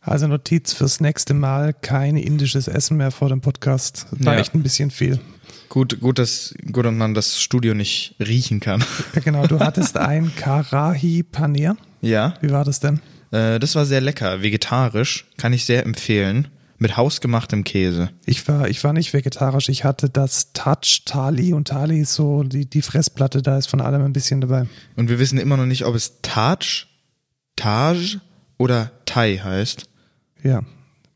Also Notiz fürs nächste Mal, kein indisches Essen mehr vor dem Podcast. War Ja. echt ein bisschen viel. Gut, gut, dass, gut, dass man das Studio nicht riechen kann. Ja, genau, du hattest ein Karahi Paneer. Ja, Wie war das denn? äh, das war sehr lecker. Vegetarisch kann ich sehr empfehlen. Mit hausgemachtem Käse. Ich war, ich war nicht vegetarisch. Ich hatte das Touch Thali und Thali ist so die, die Fressplatte, da ist von allem ein bisschen dabei. Und wir wissen immer noch nicht, ob es Taj, Taj oder Thai heißt. Ja,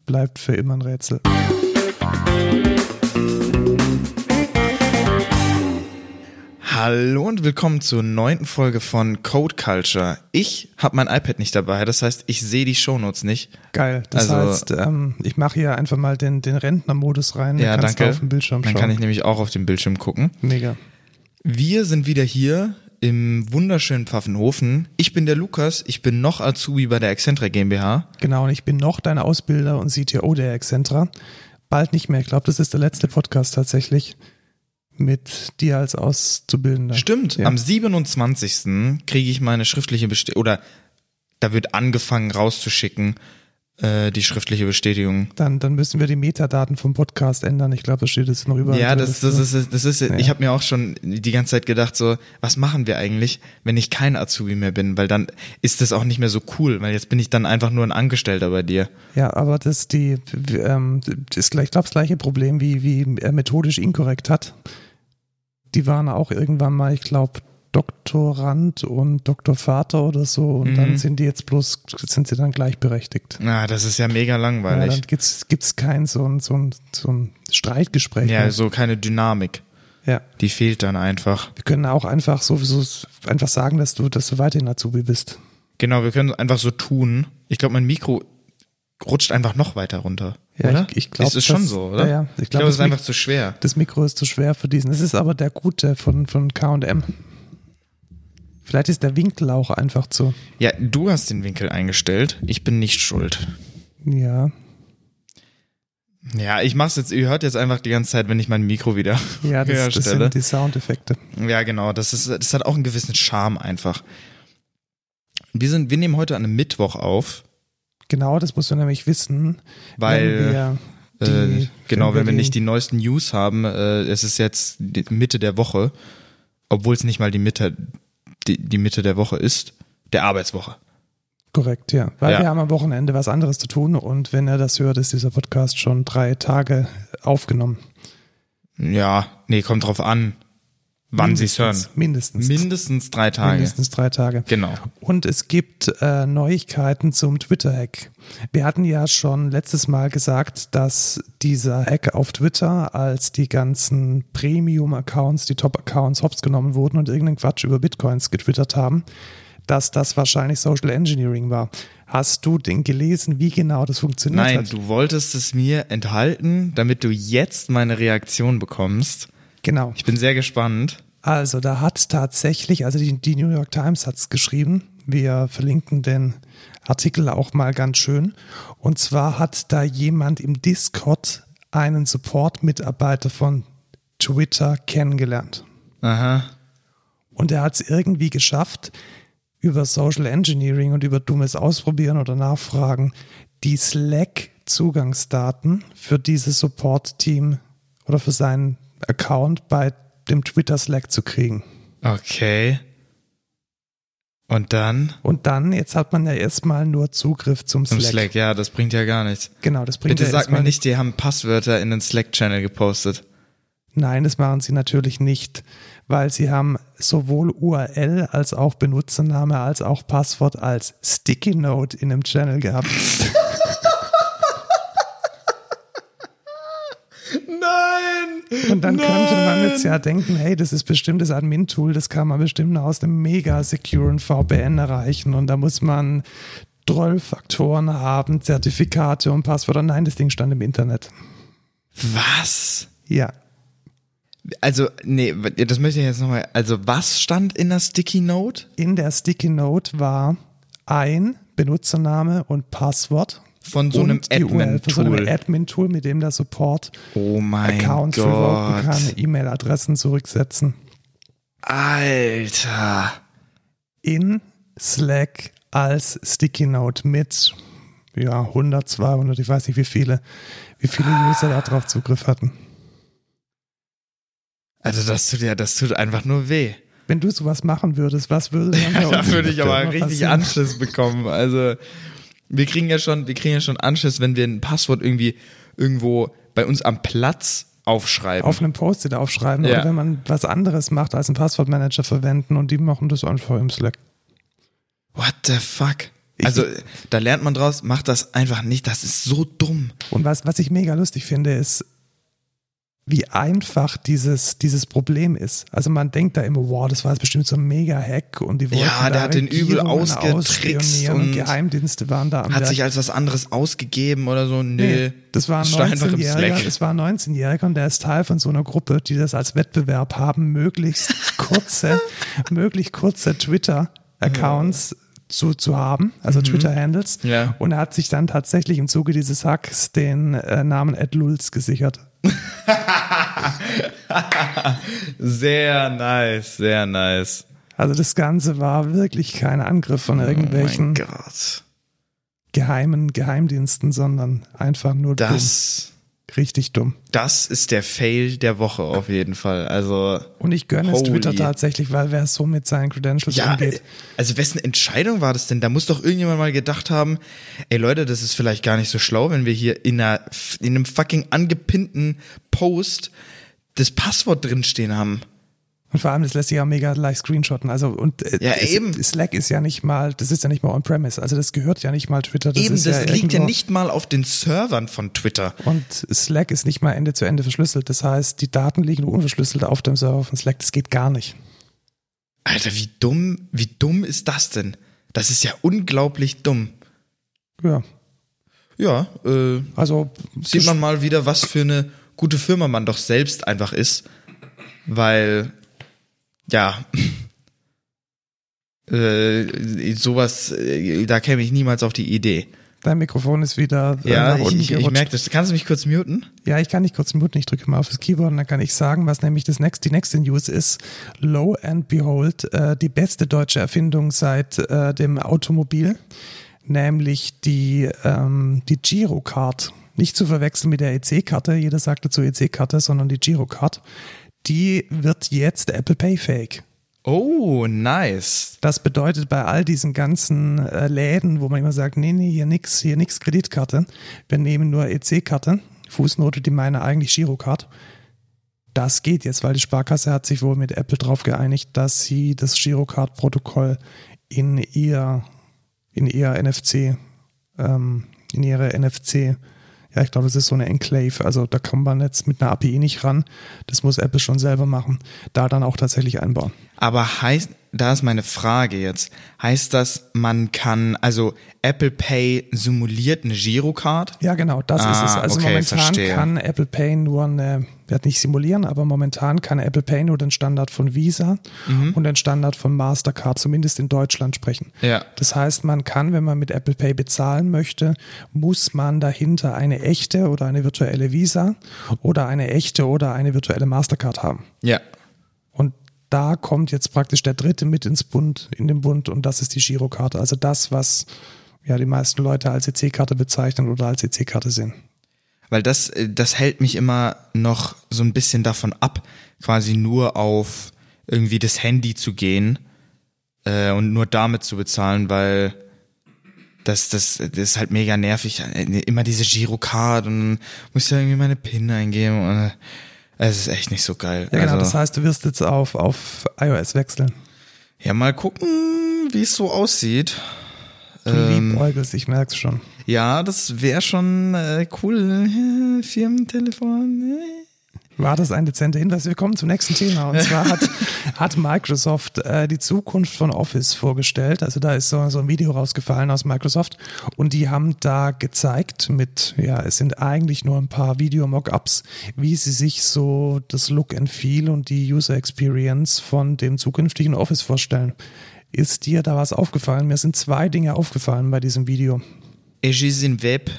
bleibt für immer ein Rätsel. Hallo und willkommen zur neunten Folge von Code Culture. Ich habe mein iPad nicht dabei, das heißt, ich sehe die Shownotes nicht. Geil. Das Also- heißt, ähm, ich mache hier einfach mal den, den Rentnermodus rein. Ja, dann kannst danke. du auf den Bildschirm Dann schauen. kann ich nämlich auch auf den Bildschirm gucken. Mega. Wir sind wieder hier im wunderschönen Pfaffenhofen. Ich bin der Lukas, ich bin noch Azubi bei der Excentra GmbH. Genau, und ich bin noch dein Ausbilder und CTO der Excentra. Bald nicht mehr. Ich glaube, das ist der letzte Podcast tatsächlich mit dir als Auszubildender. Stimmt, Ja. am 27. kriege ich meine schriftliche Bestätigung, oder da wird angefangen rauszuschicken, äh, die schriftliche Bestätigung. Dann, dann müssen wir die Metadaten vom Podcast ändern. Ich glaube, da steht es noch überall. Ja, drin, das, dass das du- ist, das ist, ich habe mir auch schon die ganze Zeit gedacht, so, was machen wir eigentlich, wenn ich kein Azubi mehr bin? Weil dann ist das auch nicht mehr so cool, weil jetzt bin ich dann einfach nur ein Angestellter bei dir. Ja, aber das die w- ähm, das ist gleich, glaube das gleiche Problem wie wie äh, methodisch inkorrekt hat. Die waren auch irgendwann mal, ich glaube, Doktorand und Doktorvater oder so und Mhm. dann sind die jetzt bloß sind sie dann gleichberechtigt. Na, Ah, das ist ja mega Ja, dann langweilig. gibt's gibt's kein so ein so ein so ein Streitgespräch. Ja, also mehr. so keine Dynamik. ja. Die fehlt dann einfach. Wir können auch einfach sowieso s- einfach sagen, dass du dass du weiterhin Azubi bist. Genau, wir können einfach so tun. Ich glaube, mein Mikro rutscht einfach noch weiter runter. Ja, oder? ich- ich glaub, Ist es schon das- so, oder? ja, ja. Ich Ich glaub, glaube, es das ist einfach zu schwer. Das Mikro ist zu schwer für diesen. Es ist aber der gute von, von KM. Vielleicht ist der Winkel auch einfach zu. Ja, du hast den Winkel eingestellt. Ich bin nicht schuld. Ja, Ja, ich mach's jetzt, ihr hört jetzt einfach die ganze Zeit, wenn ich mein Mikro wieder ja das, das herstelle. sind die Soundeffekte. ja, genau. Das, ist, das hat auch einen gewissen Charme einfach. Wir, sind, wir nehmen heute an einem Mittwoch auf, Genau, das musst du nämlich wissen. weil. wenn wir die, äh, genau, wenn wir den- nicht die neuesten News haben, äh, es ist jetzt die Mitte der Woche, obwohl es nicht mal die Mitte, die, die Mitte der Woche ist, der Arbeitswoche. Korrekt, ja. Weil Ja. wir haben am Wochenende was anderes zu tun und wenn er das hört, ist dieser Podcast schon drei Tage aufgenommen. Ja, nee, kommt drauf an, wann sie es hören. Mindestens- Mindestens. Mindestens drei Tage. mindestens drei Tage. Genau. Und es gibt äh, Neuigkeiten zum Twitter-Hack. Wir hatten ja schon letztes Mal gesagt, dass dieser Hack auf Twitter, als die ganzen Premium-Accounts, die Top-Accounts hops genommen wurden und irgendeinen Quatsch über Bitcoins getwittert haben, dass das wahrscheinlich Social Engineering war. Hast du den gelesen, wie genau das funktioniert Nein, hat? du wolltest es mir enthalten, damit du jetzt meine Reaktion bekommst. Genau. Ich bin sehr gespannt. Also da hat tatsächlich, also die, die New York Times hat es geschrieben, wir verlinken den Artikel auch mal ganz schön. Und zwar hat da jemand im Discord einen Support-Mitarbeiter von Twitter kennengelernt. Aha. Und er hat es irgendwie geschafft, über Social Engineering und über dummes Ausprobieren oder Nachfragen die Slack-Zugangsdaten für dieses Support-Team oder für seinen Account bei dem Twitter Slack zu kriegen. Okay. Und dann Und dann, jetzt hat man ja erstmal nur Zugriff zum zum Slack. Slack. Ja, das bringt ja gar nichts. Genau, das bringt Bitte ja sag erstmal mir nicht, die haben Passwörter in den Slack-Channel gepostet. Nein, das machen sie natürlich nicht, weil sie haben sowohl URL als auch Benutzername als auch Passwort als Sticky Note in dem Channel gehabt. Nein! Und dann könnte man jetzt ja denken, hey, das ist bestimmt das Admin-Tool, das kann man bestimmt nur aus einem mega securen VPN erreichen und da muss man Trollfaktoren haben, Zertifikate und Passwörter. Nein, das Ding stand im Internet. Was? Ja, Also, nee, das möchte ich jetzt nochmal. Also, was stand in der Sticky Note? in der Sticky Note war ein Benutzername und Passwort. Von so und einem die URL von so einem Admin-Tool. Admin-Tool, mit dem der Support Oh mein Accounts revoken kann, Gott. E-Mail-Adressen zurücksetzen. Alter. In Slack als Sticky Note mit ja, 100, 200, ich weiß nicht, wie viele, wie viele Ah. User da drauf Zugriff hatten. Also das tut ja, das tut einfach nur weh. Wenn du sowas machen würdest, was würde dann bei Ja, da uns würde ich aber immer richtig passieren? Anschiss bekommen. Also wir kriegen ja schon, wir kriegen ja schon Anschiss, wenn wir ein Passwort irgendwie irgendwo bei uns am Platz aufschreiben. Auf einem Post-it aufschreiben Ja. oder wenn man was anderes macht als einen Passwortmanager verwenden und die machen das einfach im Slack. What the fuck? Ich- also da lernt man draus, macht das einfach nicht. Das ist so dumm. Und was, was ich mega lustig finde, ist, wie einfach dieses, dieses Problem ist. Also man denkt da immer, wow, das war jetzt bestimmt so ein Mega-Hack und die wollten Ja, der da hat den übel Regierungen ausgetrickst ausspionieren und und Geheimdienste waren da am Hat Werk. sich als was anderes ausgegeben oder so? Nö. Nee, das war ein Stand einfach im 19-Jähriger, Slack. das war ein 19-Jähriger und der ist Teil von so einer Gruppe, die das als Wettbewerb haben, möglichst kurze, möglichst kurze Twitter-Accounts zu, zu haben, also Twitter-Handles. Mhm. Ja. Und er hat sich dann tatsächlich im Zuge dieses Hacks den äh, Namen Ed Lulz gesichert. Sehr nice, sehr nice. Also das Ganze war wirklich kein Angriff von irgendwelchen Oh mein Gott. geheimen Geheimdiensten, sondern einfach nur Das, dumm. Richtig dumm. das ist der Fail der Woche auf jeden Fall. Also Und ich gönne es Holy. Twitter tatsächlich, weil wer so mit seinen Credentials ja, umgeht. also wessen Entscheidung war das denn? Da muss doch irgendjemand mal gedacht haben, ey Leute, das ist vielleicht gar nicht so schlau, wenn wir hier in, einer, in einem fucking angepinnten Post das Passwort drinstehen haben. Und vor allem, das lässt sich ja mega leicht screenshotten. Also, und äh, Ja, es- eben. Slack ist ja nicht mal, das ist ja nicht mal on-premise. Also, das gehört ja nicht mal Twitter. Das Eben, ist das ja liegt irgendwo, ja nicht mal auf den Servern von Twitter. Und Slack ist nicht mal Ende zu Ende verschlüsselt. Das heißt, die Daten liegen unverschlüsselt auf dem Server von Slack. Das geht gar nicht. Alter, wie dumm, wie dumm ist das denn? Das ist ja unglaublich dumm. Ja. Ja, äh, Also, sieht man mal wieder, was für eine gute Firma man doch selbst einfach ist. Weil, ja, äh, sowas, äh, da käme ich niemals auf die Idee. dein Mikrofon ist wieder äh, Ja, nach ich, unten ich, ich gerutscht. merke das. Kannst du mich kurz muten? Ja, ich kann nicht kurz muten, ich drücke mal auf das Keyboard und dann kann ich sagen, was nämlich das nächste, die nächste News ist. Lo and Behold, äh, die beste deutsche Erfindung seit äh, dem Automobil, nämlich die, ähm, die Girocard. Nicht zu verwechseln mit der EC-Karte, jeder sagt dazu EC-Karte, sondern die Girocard. Die wird jetzt Apple Pay fähig. Oh, nice. Das bedeutet bei all diesen ganzen äh, Läden, wo man immer sagt, nee, nee, hier nix, hier nix Kreditkarte, wir nehmen nur EC-Karte, Fußnote, die meine eigentlich Girocard. Das geht jetzt, weil die Sparkasse hat sich wohl mit Apple darauf geeinigt, dass sie das Girocard-Protokoll in ihr, in ihr NFC, ähm, in ihre NFC, ja, ich glaube, das ist so eine Enclave, also da kommt man jetzt mit einer API nicht ran. Das muss Apple schon selber machen, da dann auch tatsächlich einbauen. Aber heißt, da ist meine Frage jetzt, heißt das, man kann, also Apple Pay simuliert eine Girocard? Ja, genau, das ist es. Ah, Also okay, momentan verstehe. kann Apple Pay nur eine, wird nicht simulieren, aber momentan kann Apple Pay nur den Standard von Visa Mhm. und den Standard von Mastercard, zumindest in Deutschland, sprechen. Ja. Das heißt, man kann, wenn man mit Apple Pay bezahlen möchte, muss man dahinter eine echte oder eine virtuelle Visa oder eine echte oder eine virtuelle Mastercard haben. Ja. Und da kommt jetzt praktisch der dritte mit ins Bund, in den Bund und das ist die Girokarte. Also das, was ja die meisten Leute als EC-Karte bezeichnen oder als E EC-Karte sehen. Weil das, äh, das hält mich immer noch so ein bisschen davon ab, quasi nur auf irgendwie das Handy zu gehen äh, und nur damit zu bezahlen, weil das, das, das ist halt mega nervig. Äh, Immer diese Girocard und muss ja irgendwie meine PIN eingeben und äh, es ist echt nicht so geil. Ja, genau. Also- das heißt, du wirst jetzt auf, auf iOS wechseln. Ja, mal gucken, wie es so aussieht. Du liebäugelst, ich merk's schon. Ja, das wäre schon äh, cool. Äh, Firmentelefon. Äh. War das ein dezenter Hinweis? Wir kommen zum nächsten Thema. Und zwar hat, hat Microsoft äh, die Zukunft von Office vorgestellt. Also da ist so, so ein Video rausgefallen aus Microsoft. Und die haben da gezeigt mit, ja, es sind eigentlich nur ein paar Video-Mockups, wie sie sich so das Look and Feel und die User Experience von dem zukünftigen Office vorstellen. Ist dir da was aufgefallen? Mir sind zwei Dinge aufgefallen bei diesem Video. Et je in Web.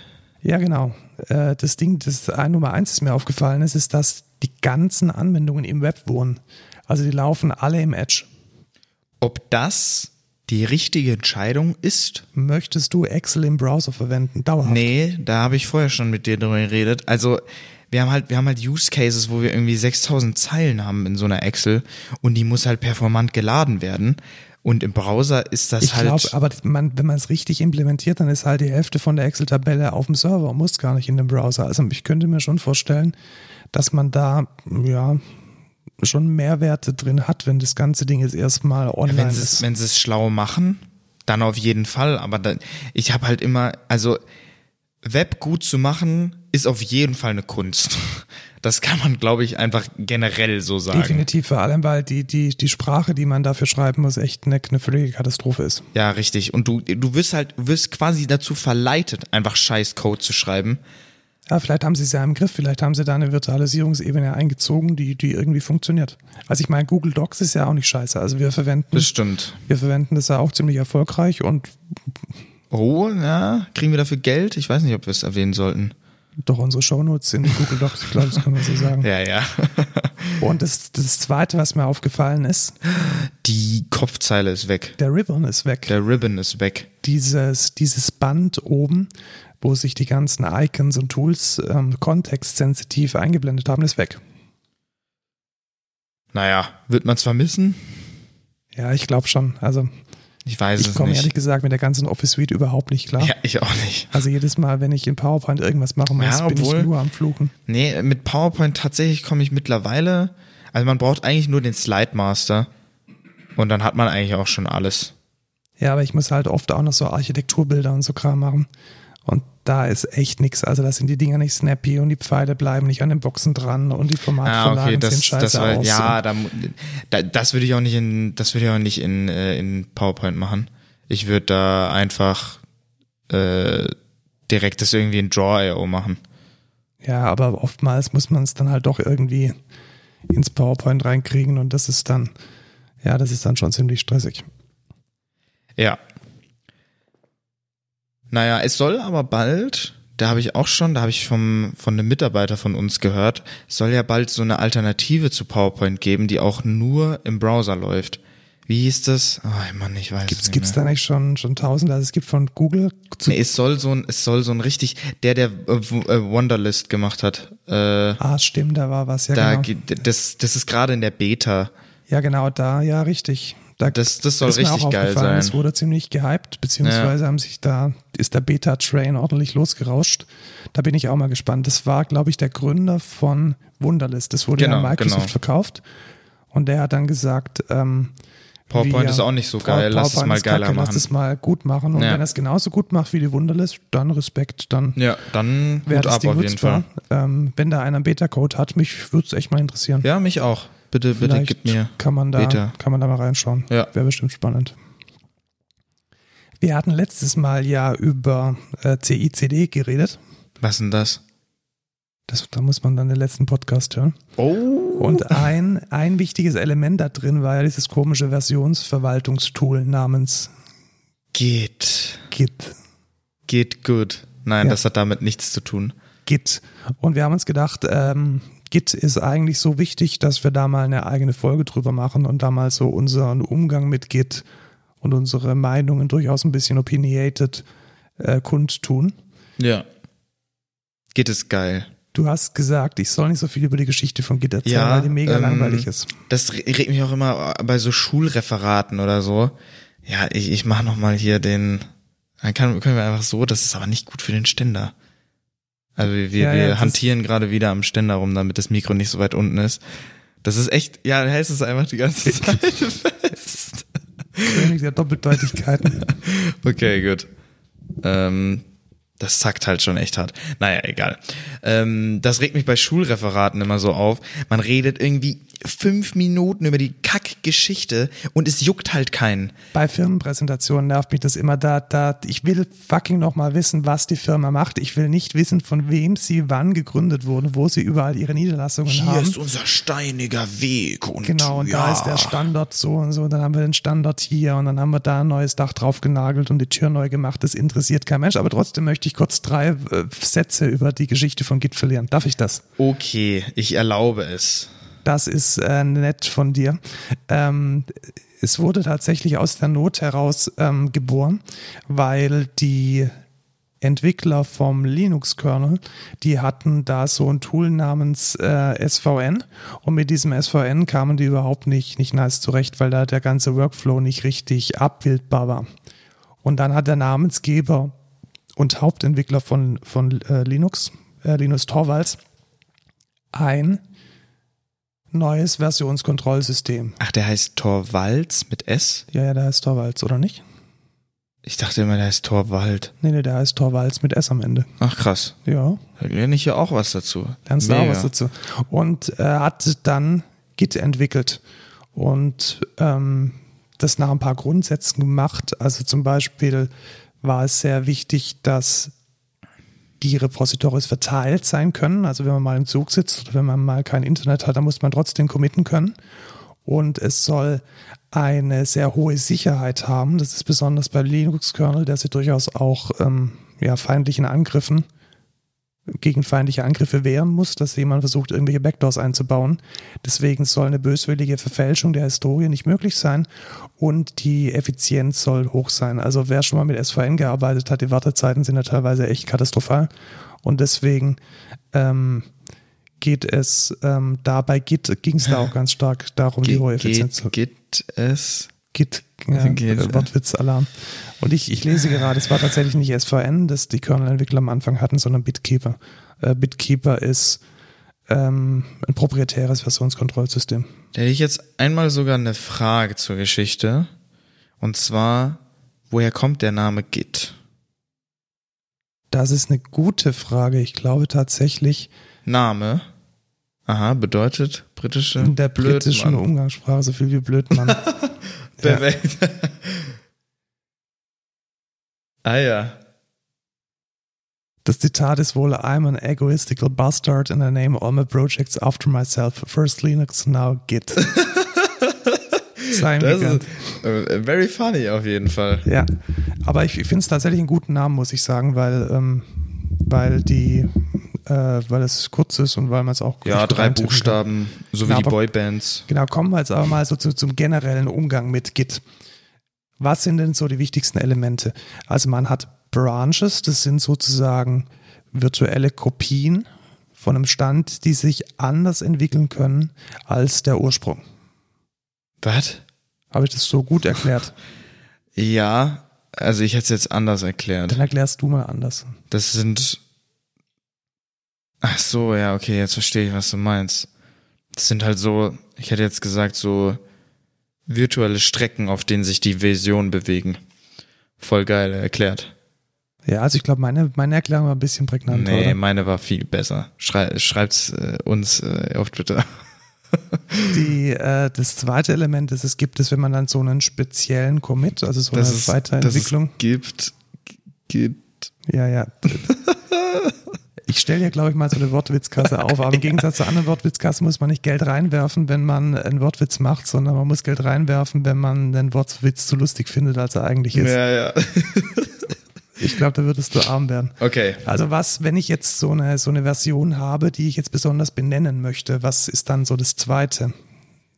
Ja, genau. Äh, Das Ding, das ein- Nummer eins, das mir aufgefallen ist, ist, dass die ganzen Anwendungen im Web wohnen. Also die laufen alle im Edge. Ob das Die richtige Entscheidung ist. Möchtest du Excel im Browser verwenden? Dauerhaft. Nee, da habe ich vorher schon mit dir drüber geredet. Also, wir haben halt, wir haben halt Use Cases, wo wir irgendwie 6000 Zeilen haben in so einer Excel und die muss halt performant geladen werden. Und im Browser ist das ich halt. glaube, aber man, wenn man es richtig implementiert, dann ist halt die Hälfte von der Excel-Tabelle auf dem Server und muss gar nicht in dem Browser. Also ich könnte mir schon vorstellen, dass man da ja schon Mehrwerte drin hat, wenn das ganze Ding jetzt erstmal online wenn sie ist. es, wenn sie es schlau machen, dann auf jeden Fall. Aber da, ich habe halt immer, also Web gut zu machen, ist auf jeden Fall eine Kunst. Das kann man, glaube ich, einfach generell so sagen. Definitiv, vor allem, weil die, die, die Sprache, die man dafür schreiben muss, echt eine, eine völlige Katastrophe ist. Ja, richtig. Und du, du wirst halt, du wirst quasi dazu verleitet, einfach scheiß Code zu schreiben. Ja, vielleicht haben sie es ja im Griff, vielleicht haben sie da eine Virtualisierungsebene eingezogen, die, die irgendwie funktioniert. Also ich meine, Google Docs ist ja auch nicht scheiße. Also wir verwenden, stimmt. wir verwenden das ja auch ziemlich erfolgreich und Oh, ja. Kriegen wir dafür Geld? Ich weiß nicht, ob wir es erwähnen sollten. doch unsere Shownotes sind in Google Docs, ich glaube, das kann man so sagen. Ja, ja. Und das, das Zweite, was mir aufgefallen ist, Die Kopfzeile ist weg. der Ribbon ist weg. Der Ribbon ist weg. dieses, dieses Band oben, wo sich die ganzen Icons und Tools ähm, kontextsensitiv eingeblendet haben, ist weg. Naja, wird man es vermissen? Ja, ich glaube schon. Also Ich weiß ich es komme nicht. ehrlich gesagt mit der ganzen Office Suite überhaupt nicht klar. Ja, ich auch nicht. Also jedes Mal, wenn ich in PowerPoint irgendwas machen muss, Äh, Ja, bin ich obwohl- nur am Fluchen. Nee, mit PowerPoint tatsächlich komme ich mittlerweile. Also man braucht eigentlich nur den Slide Master. Und dann hat man eigentlich auch schon alles. Ja, aber ich muss halt oft auch noch so Architekturbilder und so Kram machen. Und da ist echt nichts. Also da sind die Dinger nicht snappy und die Pfeile bleiben nicht an den Boxen dran und die Formatvorlagen sehen scheiße Ah, das war, aus. ja, da, mu- da, das würde ich auch nicht in, das würde ich auch nicht in, äh, in PowerPoint machen. Ich würde da einfach äh, direkt das irgendwie in Draw.io machen. Ja, aber oftmals muss man es dann halt doch irgendwie ins PowerPoint reinkriegen und das ist dann, ja, das ist dann schon ziemlich stressig. Ja. Naja, es soll aber bald, da habe ich auch schon, da habe ich vom, von einem Mitarbeiter von uns gehört, es soll ja bald so eine Alternative zu PowerPoint geben, die auch nur im Browser läuft. Wie hieß das? Oh Mann, ich weiß Gibt's, nicht gibt's mehr. da nicht schon, schon tausend? Also es gibt von Google zu, Nee, es soll so ein, es soll so ein richtig, der, der äh, W- äh, Wonderlist gemacht hat, äh, ah, stimmt, da war was, ja, da, genau. geht- das, das ist gerade in der Beta. Ja, genau, da, ja, richtig. Da Das, das soll ist mir richtig auch geil aufgefallen, Es sein. wurde ziemlich gehypt, beziehungsweise haben sich da, ist der Beta-Train ordentlich losgerauscht. Da bin ich auch mal gespannt. Das war, glaube ich, der Gründer von Wunderlist. Das wurde ja an Genau, Microsoft genau. verkauft. Und der hat dann gesagt, ähm, PowerPoint wir- ist auch nicht so Power- geil, lass es PowerPoint mal ist kacke, geiler Lass machen. es mal gut machen. Und Ja. wenn er es genauso gut macht wie die Wunderlist, dann Respekt, dann Ja, dann wäre gut das ab Ding auf jeden Fall. nutzbar. Ähm, wenn da einer einen Beta-Code hat, mich würde es echt mal interessieren. Ja, mich auch. Bitte, bitte Vielleicht gib mir. kann man da, Beta. kann man da mal reinschauen. Ja. Wäre bestimmt spannend. Wir hatten letztes Mal ja über äh, CICD geredet. Was denn das? Das, da muss man dann den letzten Podcast hören. Oh. Und ein, ein wichtiges Element da drin war ja dieses komische Versionsverwaltungstool namens Geht. Git. Geht gut. Nein, Ja. das hat damit nichts zu tun. Git. Und wir haben uns gedacht, ähm, Git ist eigentlich so wichtig, dass wir da mal eine eigene Folge drüber machen und da mal so unseren Umgang mit Git und unsere Meinungen durchaus ein bisschen opinionated äh, kundtun. Ja. Geht ist geil. Du hast gesagt, ich soll nicht so viel über die Geschichte von Git erzählen, Ja, weil die mega ähm, langweilig ist. Das re- regt mich auch immer bei so Schulreferaten oder so. Ja, ich, ich mach nochmal hier den. Dann kann, können wir einfach so, das ist aber nicht gut für den Ständer. Also wir, wir, Ja, ja, wir das- hantieren gerade wieder am Ständer rum, damit das Mikro nicht so weit unten ist. Das ist echt, ja, dann hältst du es einfach die ganze Zeit fest. König der Doppeldeutigkeiten. Okay, gut. Ähm, das zackt halt schon echt hart. Naja, egal. Ähm, das regt mich bei Schulreferaten immer so auf. Man redet irgendwie fünf Minuten über die Kackgeschichte und es juckt halt keinen. Bei Firmenpräsentationen nervt mich das immer da, da. Ich will fucking nochmal wissen, was die Firma macht. Ich will nicht wissen, von wem sie wann gegründet wurde, wo sie überall ihre Niederlassungen haben. unser steiniger Weg und Genau, und da ist der Standort so und so, und dann haben wir den Standort hier und dann haben wir da ein neues Dach drauf genagelt und die Tür neu gemacht. Das interessiert kein Mensch, aber trotzdem möchte ich kurz drei äh, Sätze über die Geschichte von Git verlieren. Darf ich das? Okay, ich erlaube es. Das ist äh, nett von dir. Ähm, es wurde tatsächlich aus der Not heraus ähm, geboren, weil die Entwickler vom Linux-Kernel, die hatten da so ein Tool namens äh, SVN und mit diesem SVN kamen die überhaupt nicht, nicht nice zurecht, weil da der ganze Workflow nicht richtig abbildbar war. Und dann hat der Namensgeber und Hauptentwickler von, von äh, Linux, äh, Linus Torvalds, ein neues Versionskontrollsystem. Ach, der heißt Torvalds mit S? Ja, ja, der heißt Torvalds, oder nicht? Ich dachte immer, der heißt Torwald. Nee, nee, der heißt Torvalds mit S am Ende. Ach krass. Ja. Da lerne ich ja auch was dazu. Lernst du auch was dazu. Und äh, hat dann Git entwickelt und ähm, das nach ein paar Grundsätzen gemacht. Also zum Beispiel war es sehr wichtig, dass die Repositories verteilt sein können. Also wenn man mal im Zug sitzt oder wenn man mal kein Internet hat, dann muss man trotzdem committen können. Und es soll eine sehr hohe Sicherheit haben. Das ist besonders beim Linux-Kernel, der sich durchaus auch ähm, ja, feindlichen Angriffen gegen feindliche Angriffe wehren muss, dass jemand versucht, irgendwelche Backdoors einzubauen. Deswegen soll eine böswillige Verfälschung der Historie nicht möglich sein und die Effizienz soll hoch sein. Also wer schon mal mit SVN gearbeitet hat, die Wartezeiten sind ja teilweise echt katastrophal und deswegen ähm, geht es ähm, da bei Git ging es da auch ganz stark darum, die hohe Effizienz zu Geht es? Git, ja, äh, Wortwitz-Alarm. Und ich, ich lese gerade, es war tatsächlich nicht SVN, das die Kernel-Entwickler am Anfang hatten, sondern Bitkeeper. Äh, Bitkeeper ist ähm, ein proprietäres Versionskontrollsystem. Da hätte ich jetzt einmal sogar eine Frage zur Geschichte. Und zwar, woher kommt der Name Git? Das ist eine gute Frage. Ich glaube tatsächlich, Name? Aha, bedeutet britische in der britischen Äh, Blödmann. Umgangssprache so viel wie Blödmann. Perfekt. ah ja. Das Zitat ist wohl I'm an egoistical bastard and I name all my projects after myself. First Linux, now Git. Sei ihm Das gegönnt. ist äh, very funny auf jeden Fall. Ja, aber ich finde es tatsächlich einen guten Namen, muss ich sagen, weil, ähm, weil die, äh, weil es kurz ist und weil man es auch gut Ja, drei eintippen kann. Buchstaben, so wie Ja, die aber- Boybands. Genau, kommen wir jetzt aber mal so zu, zum generellen Umgang mit Git. Was sind denn so die wichtigsten Elemente? Also man hat Branches, das sind sozusagen virtuelle Kopien von einem Stand, die sich anders entwickeln können als der Ursprung. Was? Habe ich das so gut erklärt? Ja, also ich hätte es jetzt anders erklärt. Dann erklärst du mal anders. Das sind. Ach so, ja, okay, jetzt verstehe ich, was du meinst. Das sind halt so, ich hätte jetzt gesagt, so virtuelle Strecken, auf denen sich die Visionen bewegen. Voll geil erklärt. Ja, also ich glaube, meine, meine Erklärung war ein bisschen prägnanter. nee, oder? meine war viel besser. Schrei schreibt's äh, uns äh, auf Twitter. Die, äh, das zweite Element, das es gibt, ist, wenn man dann so einen speziellen Commit, also so Das eine ist, Weiterentwicklung. Das gibt, gibt. Ja, ja. Ich stelle ja, glaube ich, mal so eine Wortwitzkasse auf, aber im Gegensatz zur anderen Wortwitzkasse muss man nicht Geld reinwerfen, wenn man einen Wortwitz macht, sondern man muss Geld reinwerfen, wenn man den Wortwitz zu lustig findet, als er eigentlich ist. Ja, ja. Ich glaube, da würdest du arm werden. Okay. Also was, wenn ich jetzt so eine, so eine Version habe, die ich jetzt besonders benennen möchte, was ist dann so das Zweite?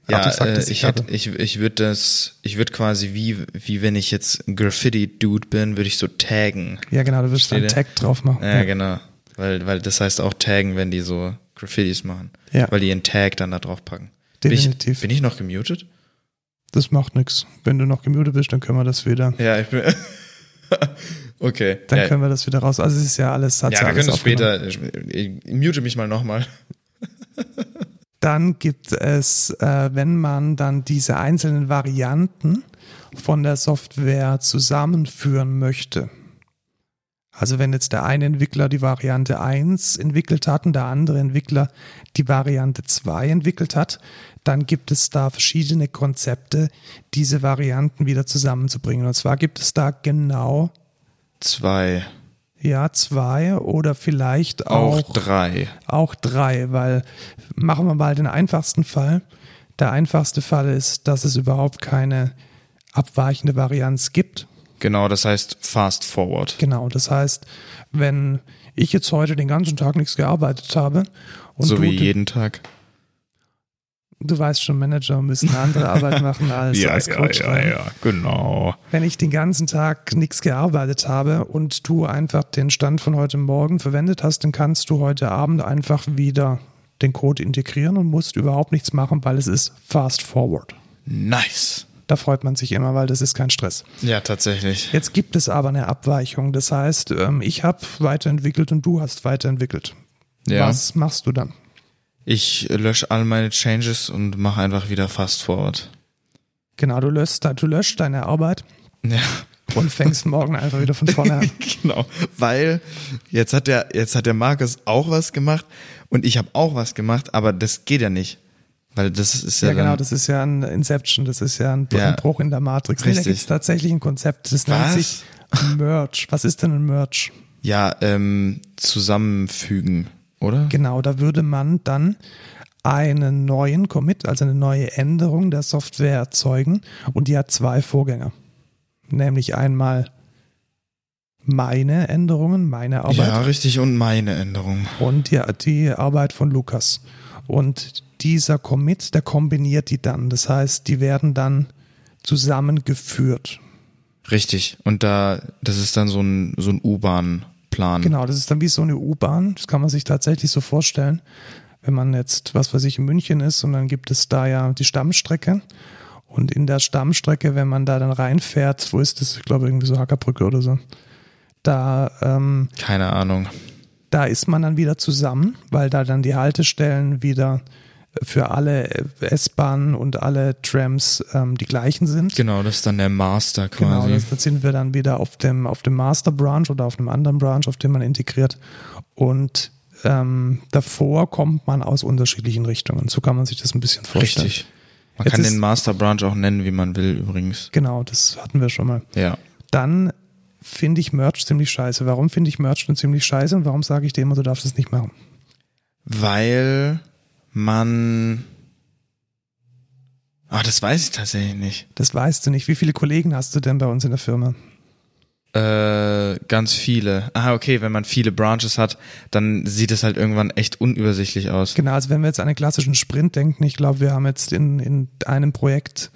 Ja, Artefakt, äh, das ich, ich hätt, habe. ich, ich würde das, ich würde quasi wie, wie wenn ich jetzt ein Graffiti-Dude bin, würde ich so taggen. Ja, genau, da würdest du einen Verstehe. Tag drauf machen. Ja, genau. Weil, weil das heißt auch taggen, wenn die so Graffitis machen. Ja. Weil die ihren Tag dann da drauf packen. Bin ich, Definitiv. bin ich noch gemutet? Das macht nichts. Wenn du noch gemüde bist, dann können wir das wieder. Ja, ich bin. okay. Dann ja, können wir das wieder raus. Also es ist ja alles hat ja, ja wir alles können es aufgenommen. später. Ich, ich mute mich mal nochmal. Dann gibt es, äh, wenn man dann diese einzelnen Varianten von der Software zusammenführen möchte. Also wenn jetzt der eine Entwickler die Variante 1 entwickelt hat und der andere Entwickler die Variante 2 entwickelt hat, dann gibt es da verschiedene Konzepte, diese Varianten wieder zusammenzubringen. Und zwar gibt es da genau Zwei. ja zwei oder vielleicht Auch, auch, drei. auch drei, weil machen wir mal den einfachsten Fall. Der einfachste Fall ist, dass es überhaupt keine abweichende Varianz gibt. Genau, das heißt fast forward. Genau, das heißt, wenn ich jetzt heute den ganzen Tag nichts gearbeitet habe und so du wie jeden Tag. Du weißt schon, Manager müssen eine andere Arbeit machen als ja, als Coach. ne? ja, ja, ja, genau. Wenn ich den ganzen Tag nichts gearbeitet habe und du einfach den Stand von heute Morgen verwendet hast, dann kannst du heute Abend einfach wieder den Code integrieren und musst überhaupt nichts machen, weil es ist fast forward. Nice. Da freut man sich immer, weil das ist kein Stress. Ja, tatsächlich. Jetzt gibt es aber eine Abweichung. Das heißt, ähm, ich habe weiterentwickelt und du hast weiterentwickelt. Ja. Was machst du dann? Ich lösche all meine Changes und mache einfach wieder Fast Forward. Genau, du löscht, du löscht deine Arbeit Ja, und fängst morgen einfach wieder von vorne an. genau. Weil jetzt hat der, jetzt hat der Markus auch was gemacht und ich habe auch was gemacht, aber das geht ja nicht. Weil das ist ja, Ja, genau, dann, das ist ja ein Inception, das ist ja ein, Ja. ein Bruch in der Matrix. Nee, da Richtig. gibt es tatsächlich ein Konzept, das nennt Was? sich Merge. Was ist denn ein Merge? ja ähm, zusammenfügen, oder? Genau, da würde man dann einen neuen Commit, also eine neue Änderung der Software erzeugen und die hat zwei Vorgänger. Nämlich einmal meine Änderungen, meine Arbeit Ja, richtig. Und meine Änderung. und die, die Arbeit von Lukas. Und dieser Commit, der kombiniert die dann. Das heißt, die werden dann zusammengeführt. Richtig. Und da, das ist dann so ein, so ein U-Bahn-Plan. Genau, das ist dann wie so eine U-Bahn. Das kann man sich tatsächlich so vorstellen. Wenn man jetzt, was weiß ich, in München ist und dann gibt es da ja die Stammstrecke. Und in der Stammstrecke, wenn man da dann reinfährt, wo ist das? Ich glaube, irgendwie so Hackerbrücke oder so. Da ähm, Keine Ahnung. da ist man dann wieder zusammen, weil da dann die Haltestellen wieder für alle S-Bahnen und alle Trams ähm, die gleichen sind. Genau, das ist dann der Master Genau, quasi. das, das sind wir dann wieder auf dem, auf dem Master Branch oder auf einem anderen Branch, auf dem man integriert. Und ähm, davor kommt man aus unterschiedlichen Richtungen. So kann man sich das ein bisschen vorstellen. Richtig. Man Jetzt kann ist- den Master Branch auch nennen, wie man will, übrigens. Genau, das hatten wir schon mal. Ja. Dann finde ich Merch ziemlich scheiße. Warum finde ich Merch denn ziemlich scheiße und warum sage ich dir immer, du darfst es nicht machen? Weil man. Ah, das weiß ich tatsächlich nicht. Das weißt du nicht. Wie viele Kollegen hast du denn bei uns in der Firma? Äh, ganz viele. Ah, okay, wenn man viele Branches hat, dann sieht es halt irgendwann echt unübersichtlich aus. Genau, also wenn wir jetzt an den klassischen Sprint denken, ich glaube, wir haben jetzt in, in einem Projekt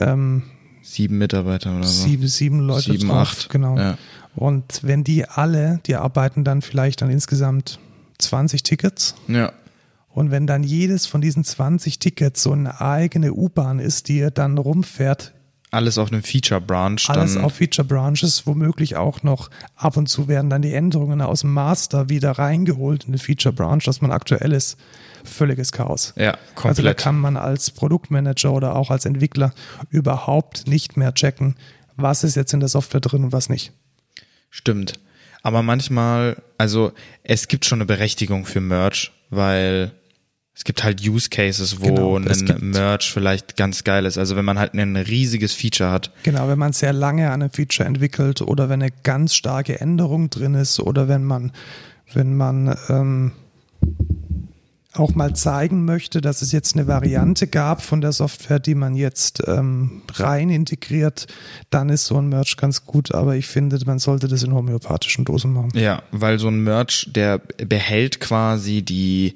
ähm, Sieben Mitarbeiter oder so. sieben, sieben Leute Also Sieben, drauf. acht. Genau. Ja. Und wenn die alle, die arbeiten dann vielleicht an insgesamt 20 Tickets. ja. Und wenn dann jedes von diesen 20 Tickets so eine eigene U-Bahn ist, die dann rumfährt, Alles auf einem Feature Branch. alles dann, auf Feature Branches, womöglich auch noch ab und zu werden dann die Änderungen aus dem Master wieder reingeholt in den Feature Branch, dass man aktuell ist. Völliges Chaos. Ja, Also da komplett. kann man als Produktmanager oder auch als Entwickler überhaupt nicht mehr checken, was ist jetzt in der Software drin und was nicht. Stimmt. Aber manchmal, also es gibt schon eine Berechtigung für Merch, weil es gibt halt Use Cases, wo Genau, es gibt- ein Merch vielleicht ganz geil ist. Also wenn man halt ein riesiges Feature hat. Genau, wenn man sehr lange an einem Feature entwickelt oder wenn eine ganz starke Änderung drin ist oder wenn man, wenn man ähm, auch mal zeigen möchte, dass es jetzt eine Variante gab von der Software, die man jetzt ähm, rein integriert, dann ist so ein Merch ganz gut, aber ich finde, man sollte das in homöopathischen Dosen machen. Ja, weil so ein Merch, der behält quasi die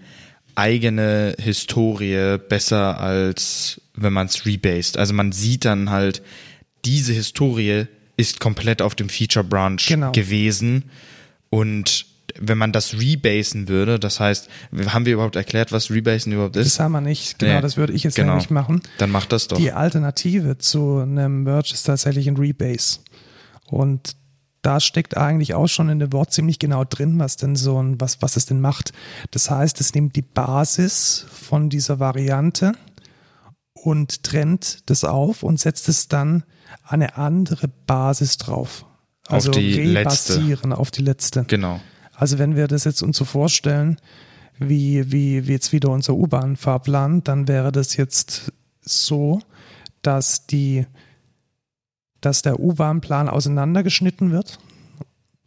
eigene Historie besser als wenn man es rebased. Also man sieht dann halt, diese Historie ist komplett auf dem Feature Branch Genau. gewesen und wenn man das rebasen würde, das heißt, haben wir überhaupt erklärt, was rebasen überhaupt ist? Das haben wir nicht, genau, Nee, das würde ich jetzt genau. nämlich machen. Dann macht das doch. Die Alternative zu einem Merge ist tatsächlich ein Rebase. Und da steckt eigentlich auch schon in dem Wort ziemlich genau drin, was denn so ein, was, was es denn macht. Das heißt, es nimmt die Basis von dieser Variante und trennt das auf und setzt es dann eine andere Basis drauf. Auf Also die letzte. rebasieren auf die letzte. Genau. Also wenn wir das jetzt uns so vorstellen, wie, wie, wie jetzt wieder unser U-Bahn-Fahrplan, dann wäre das jetzt so, dass die, dass der U-Bahn-Plan auseinandergeschnitten wird